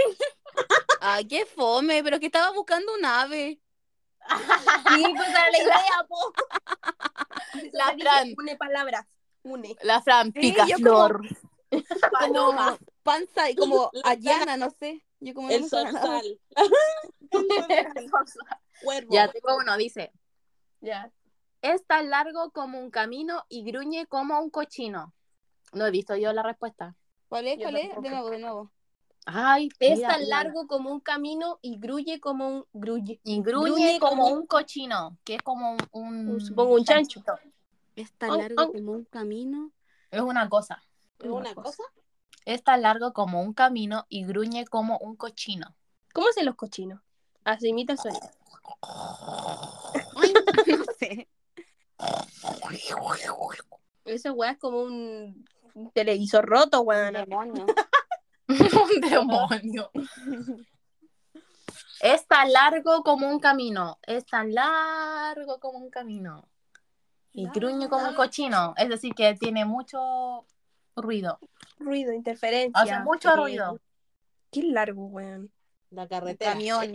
D: Ay, qué fome, pero que estaba buscando un ave.
C: Sí, pues era
B: [laughs]
C: la idea, po.
B: La
C: Dije,
B: Fran.
C: Une palabras. Une.
B: La Fran
D: Sí,
B: pica
D: yo
B: flor.
D: Como
C: Paloma.
D: panza
C: [laughs]
D: y como
A: La-
D: allana, no sé. Yo como no
A: El
D: me suena nada. [laughs]
A: zorzal. Cuervo.
B: ya tengo uno, dice. Ya. Es tan largo como un camino y gruñe como un cochino. No he visto yo la respuesta.
D: ¿Cuál es?
C: Yo
D: ¿Cuál es?
C: tampoco.
D: De nuevo, de nuevo.
B: Ay,
C: Es
B: mira,
C: tan
B: mira.
C: largo como un camino y gruye como un gruye.
B: Y gruñe,
C: Gruñe
B: como
C: como-
B: un cochino, que es como un,
C: Un- supongo un chancho.
B: chanchito.
D: Es tan
C: Au,
D: largo
C: au.
D: como un
C: [laughs]
D: camino.
B: Es una cosa.
A: ¿Es una cosa?
B: Es tan largo como un camino y gruñe como un
C: [laughs]
B: cochino.
C: ¿Cómo hacen los cochinos? Así imita el sonido.
D: Ay, no sé.
C: Esa weá es como un un televisor roto, weón.
D: Demonio.
B: un
C: [laughs]
B: demonio. Es tan largo como un camino. Es tan largo como un camino. Y gruñe como un cochino. Es decir, que tiene mucho ruido.
C: Ruido, interferencia.
B: Hace mucho
C: Eh,
B: ruido.
C: Qué largo, weón.
A: La carretera.
D: Camión.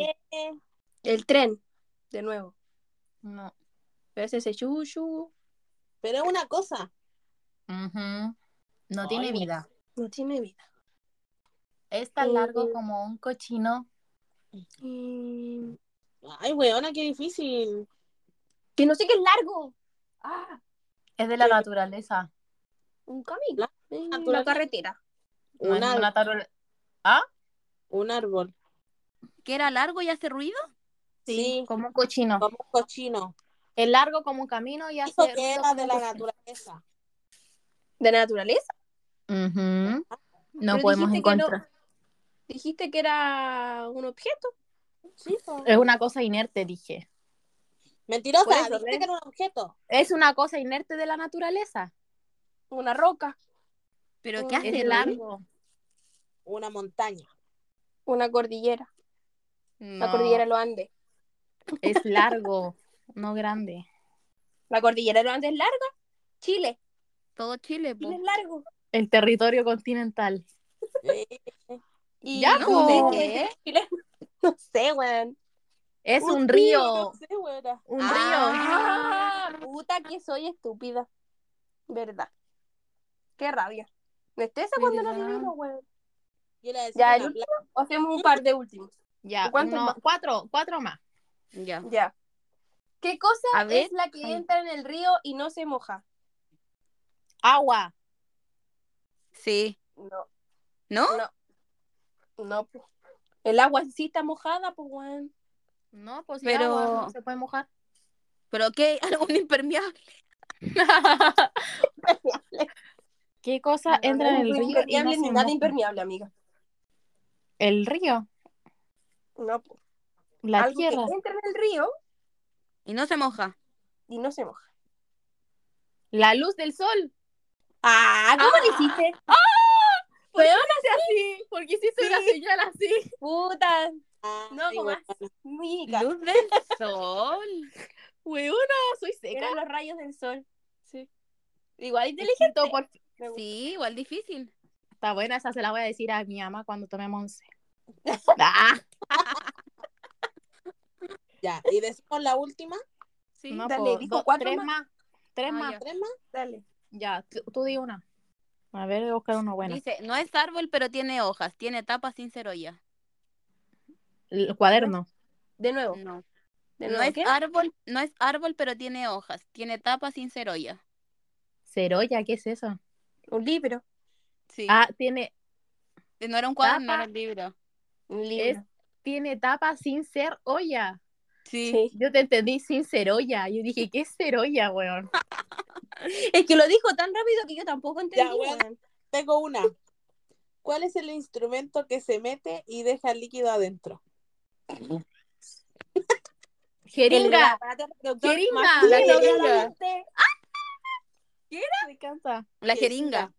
C: El tren, de nuevo.
B: No.
C: Pero ese se chuchu.
A: Pero es una cosa.
B: Ujú. No
A: Ay,
B: tiene
A: güey.
B: vida.
C: No tiene vida.
B: Es tan largo
C: Eh.
B: como un cochino.
C: Mm,
A: Ay, weona, qué difícil.
C: Que no sé qué es largo. Ah,
B: Es de la
C: Sí.
B: naturaleza.
C: un camino.
A: La-
C: Eh,
A: naturaleza.
C: Una carretera.
B: No
A: Un,
B: es
A: árbol
B: una taru-
A: un árbol.
D: ¿Que era largo y hace ruido?
A: Sí,
B: como un cochino.
A: como un cochino.
B: Es largo como un camino y hace
A: Dijo
B: ruido
A: que era
B: como
A: de
B: un
A: la
B: cochino.
A: naturaleza.
C: ¿De la naturaleza?
B: Ujú. No
C: Pero
B: podemos
C: dijiste que no.
B: encontrar.
C: Dijiste que era un objeto.
A: Sí, po.
B: Es una cosa inerte, dije.
C: Por
A: Mentirosa,
C: eso,
A: dijiste
C: ¿ves?
A: que era un objeto.
B: Es una cosa inerte de la naturaleza.
C: Una roca.
D: ¿Pero qué hace
B: Es
C: Ujú.
D: Oh, largo?
B: largo.
A: Una montaña.
C: Una cordillera. La
B: No,
C: cordillera de los Andes.
B: Es largo, no grande.
C: La cordillera de los Andes es larga. Chile.
D: Todo Chile, po.
C: Chile es largo.
B: El territorio continental.
A: Eh,
C: Y
D: Ya,
C: no
D: po.
C: sé
B: ¿De
D: [laughs]
C: qué es Chile. No sé, weón.
B: Es un
A: No
B: río.
A: sé, weona.
B: Un
D: Ah.
C: Puta que soy estúpida. Verdad. Qué rabia. Me estresa cuando no
D: Verdad.
C: vivimos, weón.
A: Yo le decía
C: Ya,
A: una
C: el
A: playa.
C: Hacemos un par de últimos.
B: río. Ya,
C: ¿Cuántos
B: uno-
C: más?
B: cuatro, cuatro más.
D: Ya.
C: Ya. ¿Qué cosa
D: A ver.
C: es la que
D: Ay.
C: entra en el río y no se moja?
B: Agua.
D: Sí.
C: No,
D: ¿No?
C: no. pues, po. El agua en sí está mojada, pues, weón.
B: No, pues
D: Pero-
B: agua, no se puede mojar.
D: ¿Pero qué? [laughs] ¿Algún impermeable?
B: ¿Qué cosa Ah, entra en el
C: Ni
B: río? y no
C: impermeable
B: se
C: ni nada
B: moja?
C: impermeable, amiga.
B: El río,
C: No, po.
B: la
C: Algo
B: Ah, tierra.
C: que entra en el río
D: Y no se moja.
C: y no se moja.
B: La luz del sol.
C: Ah, ¿cómo lo hiciste?
B: Weona, hace así. Porque hiciste una señal así.
C: Puta,
A: Ah,
C: No,
A: sí,
C: como
A: weona.
C: mica.
D: Luz del sol.
B: Weona, soy seca.
C: Eran los rayos del sol. Sí. Igual inteligente.
B: Inteligente. por-
C: Me gusta.
D: Sí, igual difícil.
B: Está buena, esa se la voy a decir a mi mamá cuando tomemos once.
C: [laughs]
B: Ah,
A: Ya, y decimos la última,
D: Sí.
B: No,
C: Dale,
B: po,
C: dijo
B: dos-
C: cuatro
B: tres
C: más.
B: más. Tres
D: Ah,
B: más.
D: ya.
A: tres más.
C: Dale.
B: Ya, tú, tú di una. A ver, voy a buscar una buena.
D: Dice, no es árbol, pero tiene hojas. Tiene tapa sin cerolla.
B: El cuaderno.
C: De nuevo.
D: No.
C: De
D: No
C: nuevo.
D: es
C: ¿qué?
D: árbol, no es árbol, pero tiene hojas. Tiene tapa sin cerolla.
B: Ceroya, ¿qué es eso?
C: Un libro.
D: Sí. eh,
B: Ah, tiene,
D: No era un cuadro, no
B: tapa.
D: era un libro.
C: Un
B: es,
C: libro.
B: tiene tapa sin ser olla.
D: Sí.
C: Sí.
B: Yo te entendí sin ceroya. Yo dije, ¿qué es ceroya, weón?
C: Es que lo dijo tan rápido que yo tampoco entendí.
A: Ya, weón.
C: weón.
A: Tengo una. ¿Cuál es el instrumento que se mete y deja el líquido adentro?
C: Jeringa.
B: Jeringa.
C: Ah, La
A: jeringa.
C: jeringa.
D: ¿Qué
C: Me encanta.
D: La jeringa,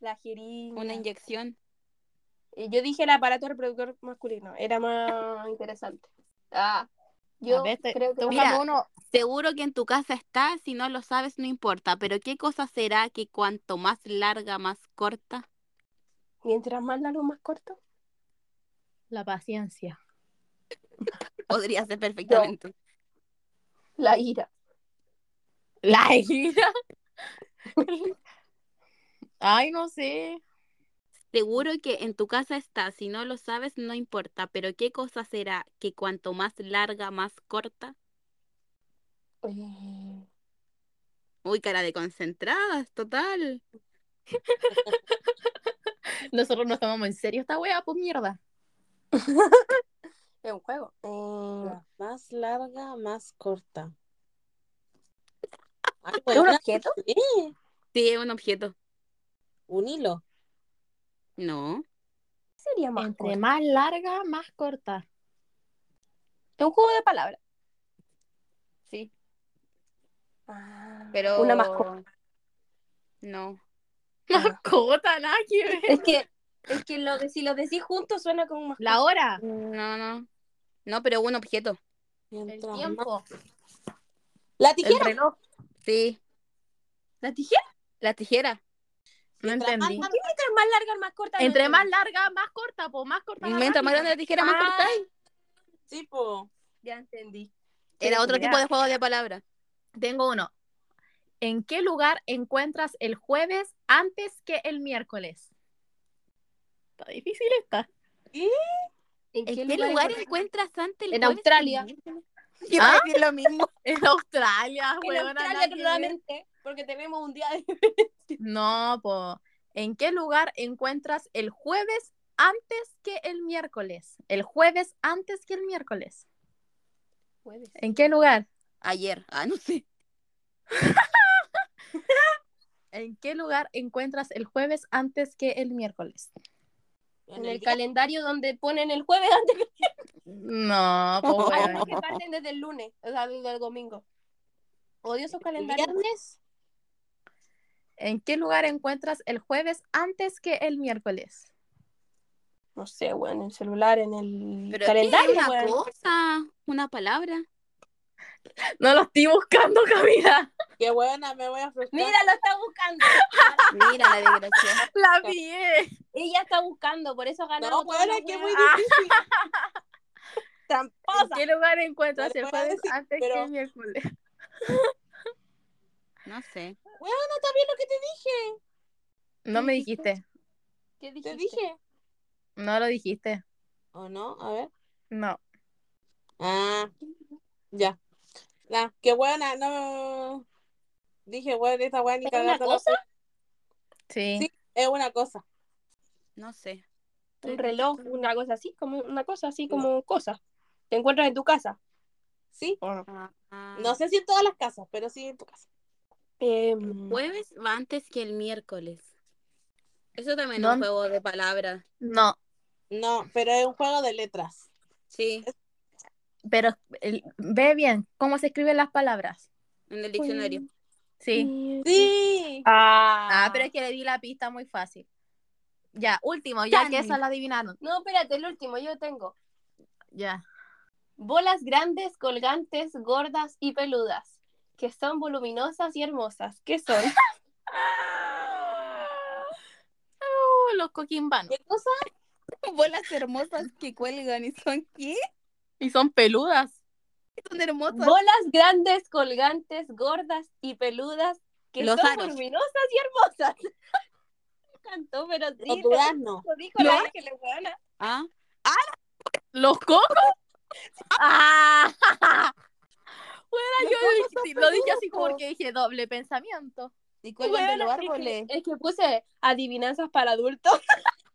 C: La jeringa.
D: una inyección.
C: Eh, Yo dije el aparato reproductor masculino. Era más interesante. Ah. Yo
B: A ver, te-
C: creo que.
B: Tú
D: Mira.
B: buscame uno.
D: Seguro que en tu casa está, si no lo sabes, no importa. Pero ¿qué cosa será que cuanto más larga, más corta? [laughs]
C: Mientras más largo, más corto.
B: La paciencia.
D: Podría ser perfectamente.
C: La ira.
B: La ira. Ay, no sé.
D: Seguro que en tu casa está, si no lo sabes, no importa. Pero ¿qué cosa será que cuanto más larga, más corta?
C: Eh,
D: Uy, cara de concentradas, total.
B: Nosotros nos tomamos en serio esta wea, pues mierda.
C: Es un juego. Eh,
A: La Más larga, más corta. Ay,
C: ¿Es un
A: buena,
C: objeto?
A: sí.
D: Sí, es un objeto.
A: Un hilo.
D: No.
C: ¿Qué sería más
B: Entre
C: corto?
B: más larga, más corta.
C: Es un juego de palabras.
D: Sí,
C: Ah,
D: pero.
C: Una mascota.
D: No.
B: Ah. Mascota, nada que ver.
C: Es que, es que lo de- si lo decís juntos suena como mascota.
B: La hora.
D: No, no. No, pero un objeto.
B: El
A: Mientras más-
B: tiempo.
A: La
B: El
A: tijera.
B: reloj.
D: Sí.
C: ¿La tijera?
D: La tijera.
B: No
A: Mientras más
B: entendí.
A: larga,
C: Mientras más larga, más corta.
B: Entre
C: no
B: más
C: entendí.
B: larga, más corta, pues más corta. la
D: Mientras más
B: máquina.
D: grande la tijera, más
C: Ah.
D: corta es.
A: sí, po.
C: Ya entendí.
D: Era otro
B: mira.
D: tipo de juego de palabras.
B: Tengo uno. ¿En qué lugar encuentras el jueves antes que el miércoles? Está difícil esta.
C: ¿En,
D: ¿En qué lugar encuentras antes el
C: En
D: jueves
C: Australia.
D: siguiente?
B: Yo iba a
D: decir lo mismo.
B: En Australia,
C: En
B: huevona,
C: Australia,
B: nada que ver.
C: claramente, porque tenemos un día de... [laughs]
B: No, po. ¿En qué lugar encuentras el jueves antes que el miércoles? El jueves antes que el miércoles. ¿En qué lugar?
D: Ayer. Ah, no sé.
B: ¿En qué lugar encuentras el jueves antes que el miércoles?
A: En
C: En el
A: día.
C: calendario donde ponen el jueves antes que...
B: No, [laughs] po,
C: Ah,
B: huevona.
C: no, que parten desde el lunes, o sea, desde el domingo. Odio esos
A: ¿El
C: calendarios.
A: viernes?
B: ¿En qué lugar encuentras el jueves antes que el miércoles?
C: No sé, weón, en el celular, en el
D: Pero
C: calendario,
D: es una
C: weón.
D: cosa, una palabra.
B: No lo estoy buscando, Camila.
A: Qué buena, me voy a frustrar.
C: Mira, lo está buscando. [laughs]
D: Mira la desgracia.
B: La pillé.
C: Ella está buscando, por eso
A: no,
C: ganamos
A: buena,
C: todas las
A: que
C: weas.
A: muy difícil.
B: ¿En
C: Tramposa.
B: qué lugar encuentras
A: No le
B: el
A: voy a
B: jueves
A: decir,
B: antes
A: pero-
B: que el
C: [laughs]
B: miércoles?
D: No sé.
A: Buena, también lo que te dije.
B: No me
C: dijiste?
B: dijiste.
C: ¿Qué
A: Te
C: dijiste?
A: dije.
B: No lo dijiste.
A: ¿O no? A ver.
B: No.
A: Ah, ya. La, qué buena, no. Dije, bueno, esta buena ni
C: ¿Es una
A: cagándola.
C: cosa?
B: Sí.
A: Sí. Es una cosa.
D: No sé.
C: Un reloj, una cosa así, como una cosa así, como cosa. Te encuentras en tu casa.
A: Sí.
C: ¿O no?
D: Ah.
A: No sé si en todas las casas, pero sí en tu casa.
C: Em,
D: Jueves va antes que el miércoles. Eso también es
B: No.
D: un juego de palabras.
B: No.
A: No, pero es un juego de letras.
D: Sí,
B: Pero el- ve bien cómo se escriben las palabras.
D: en el diccionario.
B: Sí.
A: Sí.
B: Ah,
C: Ah,
B: pero es que le di la pista muy fácil. Ya, último, ya que esa la adivinaron.
C: No, espérate, el último yo tengo.
B: Ya.
C: Bolas grandes, colgantes, gordas y peludas, que son voluminosas y hermosas. ¿Qué son?
B: Oh, los coquimbanos.
A: ¿Qué cosa?
D: Bolas hermosas que cuelgan y son qué?
B: Y son peludas.
D: Son hermosas.
C: Bolas grandes, colgantes, gordas y peludas, que
D: Los
C: son
D: aros.
C: voluminosas y hermosas. [laughs] Me encantó, pero sí,
A: Los duraznos.
C: lo dijo la
D: Los-
C: Ángeles, weona.
D: Ah,
B: ¿Los cocos? ¡Ah! Bueno, yo dije- lo dije así como porque dije doble pensamiento.
D: y cuelgan
C: Weona,
D: de los
C: es que-
D: árboles.
C: Es que puse adivinanzas para adultos.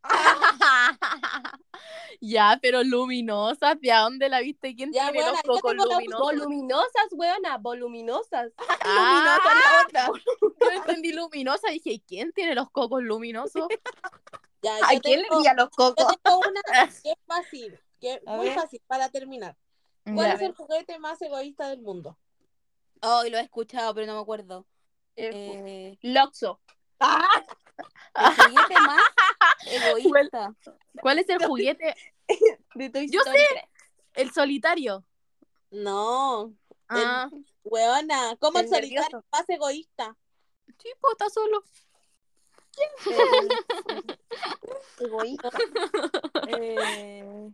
B: [laughs] ya, pero luminosas, ¿de a dónde la viste? ¿Quién
A: Ya,
B: tiene
A: buena,
B: los
A: yo
B: cocos
A: tengo la
B: luminosos?
C: Voluminosas, weona, voluminosas.
B: Ah, [laughs]
D: Luminosa la otra.
B: yo entendí luminosa, dije, ¿quién tiene los cocos luminosos?
A: Ya,
B: ¿A
A: yo
B: quién le
A: tengo-
B: envía los
A: yo
B: cocos?
A: tengo una que es fácil, que es
B: A
A: muy
B: ver.
A: fácil para terminar. ¿Cuál
B: Ya.
A: es el juguete más egoísta del mundo?
D: Ay, oh, lo he escuchado, pero no me acuerdo.
C: Eh,
D: Eh,
C: Loxo.
D: el [laughs] juguete más egoísta.
C: ¿Cuál es el
A: [laughs]
C: juguete?
B: Yo sé, el solitario.
A: No,
B: Ah,
A: huevona, ¿cómo el,
C: El
A: solitario
C: nervioso.
A: más egoísta?
C: sí, pues, está solo. [laughs]
E: Egoísta.
D: Eh,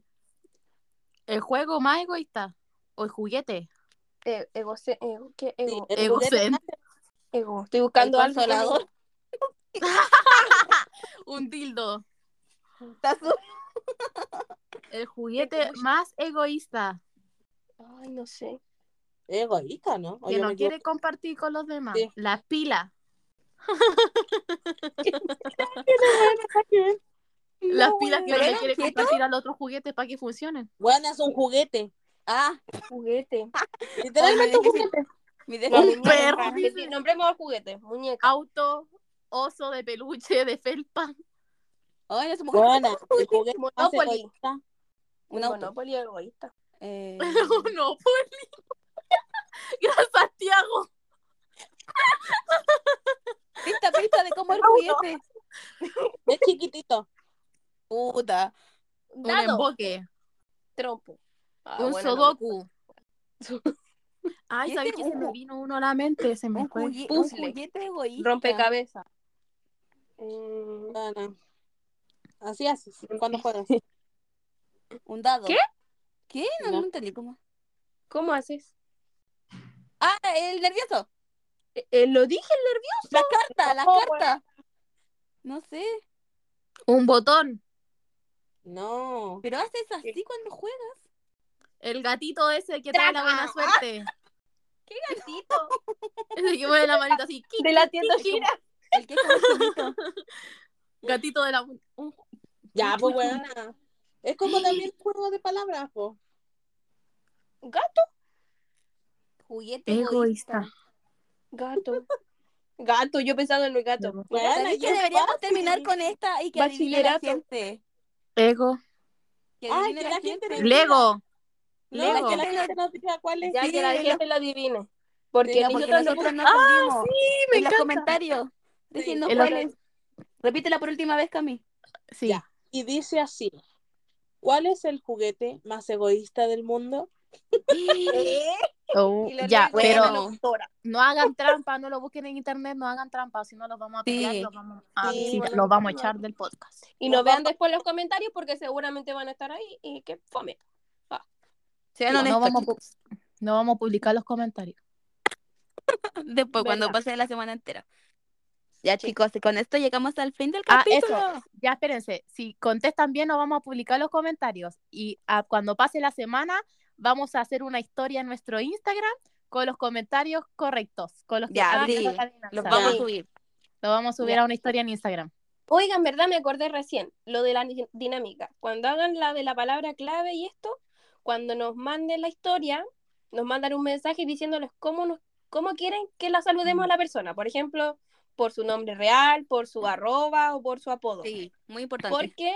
B: el juego más egoísta. O el juguete.
E: E- ego, se- ego, ¿qué?
A: Sí,
E: Ego,
A: el
B: Ego
A: juguete más-
E: ego. Estoy
D: el
E: buscando algo.
D: consolador.
B: Un tildo.
D: Está su-
B: El
A: [laughs]
B: juguete más egoísta.
E: Ay, no sé.
A: egoísta, ¿no? O
B: Que
A: yo
B: no
A: me
B: quiere compartir con los demás.
A: Sí.
B: Las
A: [laughs]
B: pilas.
A: equivoco.
B: Las pilas que no
D: ¿Pero
B: le
D: era
B: quiere
D: objeto?
B: compartir al otro juguete para que funcionen.
A: Huevona, es un juguete.
D: [laughs] Ah,
E: Juguete.
A: Literalmente
D: Oh,
A: un
D: me
A: juguete.
D: mi dedo.
B: Un perro.
E: Juguete. Nombremos al juguete. Muñeca.
B: Auto, oso de peluche, de felpa. [laughs]
D: Ay, es mujer.
A: Huevona, el juguete más
E: Monopoly.
A: egoísta.
D: Un
E: El
D: auto.
E: Monopoly egoísta.
D: Eh, [laughs]
B: no, Poli. Gran Santiago.
D: pista, pista de cómo el juguete.
A: Es chiquitito.
D: Puta.
B: Un
E: Dado.
B: emboque.
E: Trompo. Ah,
B: un
E: bueno, no.
B: sodoku. Ay,
D: Este
B: ¿sabes que se
D: un-
B: me vino uno a la mente? Se me
D: Un,
B: fue.
D: jugue- un
E: Puzzle.
D: juguete egoísta.
E: Rompecabezas. Mm,
A: Huevona. Así haces cuando juegas.
D: Un dado.
E: ¿Qué?
D: ¿Qué? No,
A: No.
D: no entendí cómo.
E: ¿Cómo haces?
D: Ah, el nervioso.
E: Eh, eh, lo dije el nervioso. Oh,
D: La carta, la
E: No,
D: carta. No sé.
B: Un botón.
A: No.
D: Pero haces así cuando juegas.
B: El gatito ese que trae la buena suerte.
E: ¿Qué gatito?
B: [laughs] Ese que mueve la manita así. qui,
E: De la
B: qui,
E: tienda
B: qui, qui.
E: gira.
D: El que es como infinito.
B: Gatito de la. un-
A: Ya, pues, huevona. Es como también juego de palabras, po.
E: Gato.
D: Juguete egoísta.
B: Egoísta.
E: Gato. Gato. Yo pensando en el gato.
A: Huevona,
D: ¿Sabes
A: yo
D: que deberíamos
A: fácil.
D: terminar con esta y que adivine la
E: Bachillerato.
D: gente?
B: Ego.
D: Que
A: Ay,
D: adivine
A: que
D: la
A: la gente
D: gente.
A: le-
B: Lego.
A: No,
B: Lego.
A: que la gente nos diga cuál es.
E: Ya
D: Sí,
E: que la
D: en
E: gente lo adivine.
A: Sí,
E: Porque
D: No,
A: ni
D: porque
E: nosotros no
D: nosotros no pudimos.
B: me
D: en los
B: encanta.
D: comentarios. Diciendo
B: Sí. El
D: cuál
B: otro-
D: es. Repítela por última vez, Cami.
B: Sí.
A: Ya. Y dice así. ¿Cuál es el juguete más egoísta del mundo?
B: [laughs] Oh,
E: Y lo
B: ya,
E: lee
B: pero
E: la
D: Bueno.
E: doctora.
B: no hagan trampa, no lo busquen en internet, no hagan trampa, si no los vamos a
D: Sí.
B: tirar, los vamos a,
A: Sí,
B: visitar,
E: bueno.
B: los vamos a echar del podcast.
E: Y no vean después los comentarios porque seguramente van a estar ahí y que fome.
D: Sean
B: No,
D: honestos.
B: no vamos a
D: chicos.
B: No vamos a publicar los comentarios.
D: Después, cuando
E: Verdad.
D: pase la semana entera. Ya, chicos, y con esto llegamos al fin del
B: Ah,
D: capítulo.
B: eso. Ya espérense, si contestan bien, no vamos a publicar los comentarios. Y ah, cuando pase la semana, vamos a hacer una historia en nuestro Instagram con los comentarios correctos, con los que
D: Ya,
B: adivinen
D: sí.
B: la adivinanza.
D: Los vamos a
A: Ya.
D: subir.
B: Lo vamos a subir a una historia en Instagram.
E: Oigan, verdad, me acordé recién, lo de la ni- dinámica. Cuando hagan la de la palabra clave y esto, cuando nos manden la historia, nos mandan un mensaje diciéndoles cómo, nos, cómo quieren que la saludemos a la persona. Por ejemplo, por su nombre real, por su arroba o por su apodo.
D: Sí, muy importante.
E: Porque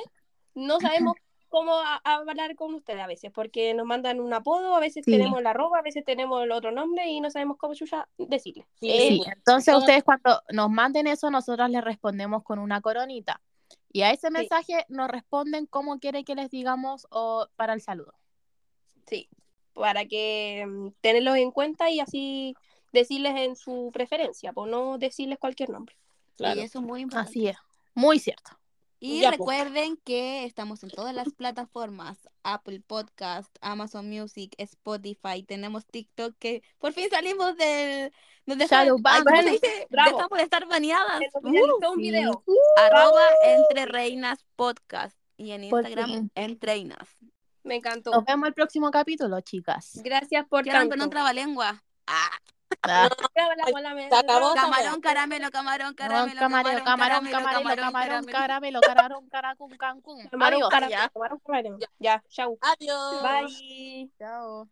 E: no sabemos cómo a- hablar con ustedes a veces, porque nos mandan un apodo, a veces
B: Sí.
E: tenemos el arroba, a veces tenemos el otro nombre y no sabemos cómo chucha decirle.
B: Sí,
A: bueno.
B: entonces
E: todo-
B: ustedes cuando nos manden eso, nosotros les respondemos con una coronita. Y a ese mensaje nos responden cómo quieren que les digamos o para el saludo.
E: Sí, para que mm, tenerlos en cuenta y así decirles en su preferencia, por no decirles cualquier nombre.
D: Y
A: Claro.
D: eso es muy importante.
B: Así es, muy cierto.
D: Y
E: pues.
A: Ya, po.
D: recuerden que estamos en todas las plataformas, Apple Podcast, Amazon Music, Spotify, tenemos TikTok, que por fin salimos del... Nos
B: Shadow
D: dejaron, Ay,
B: ban.
D: ¿cómo se dice?
E: Bravo.
D: Dejamos de estar baneadas.
E: Pero
D: Uh,
E: mira, hizo un
B: sí.
E: video.
D: arroba Entre Reinas Podcast y en
B: Por
D: Instagram
B: fin.
D: Entre Reinas.
E: Me encantó.
B: Nos vemos el próximo capítulo, chicas.
E: Gracias por
D: Quedaron
E: tanto.
D: con otra balengua. Ah,
B: Ah,
E: Hablamos la me-
A: Se acabó.
D: camarón, caramelo, camarón, caramelo,
B: no, camarón, camarón, camarón, camarón, caramelo, caramelo, caracún, cancún.
E: Camarón,
B: Adiós.
E: caramelo,
D: ya.
E: camarón, caramelo. Ya, chau.
A: Adiós.
E: Bye.
B: Chao.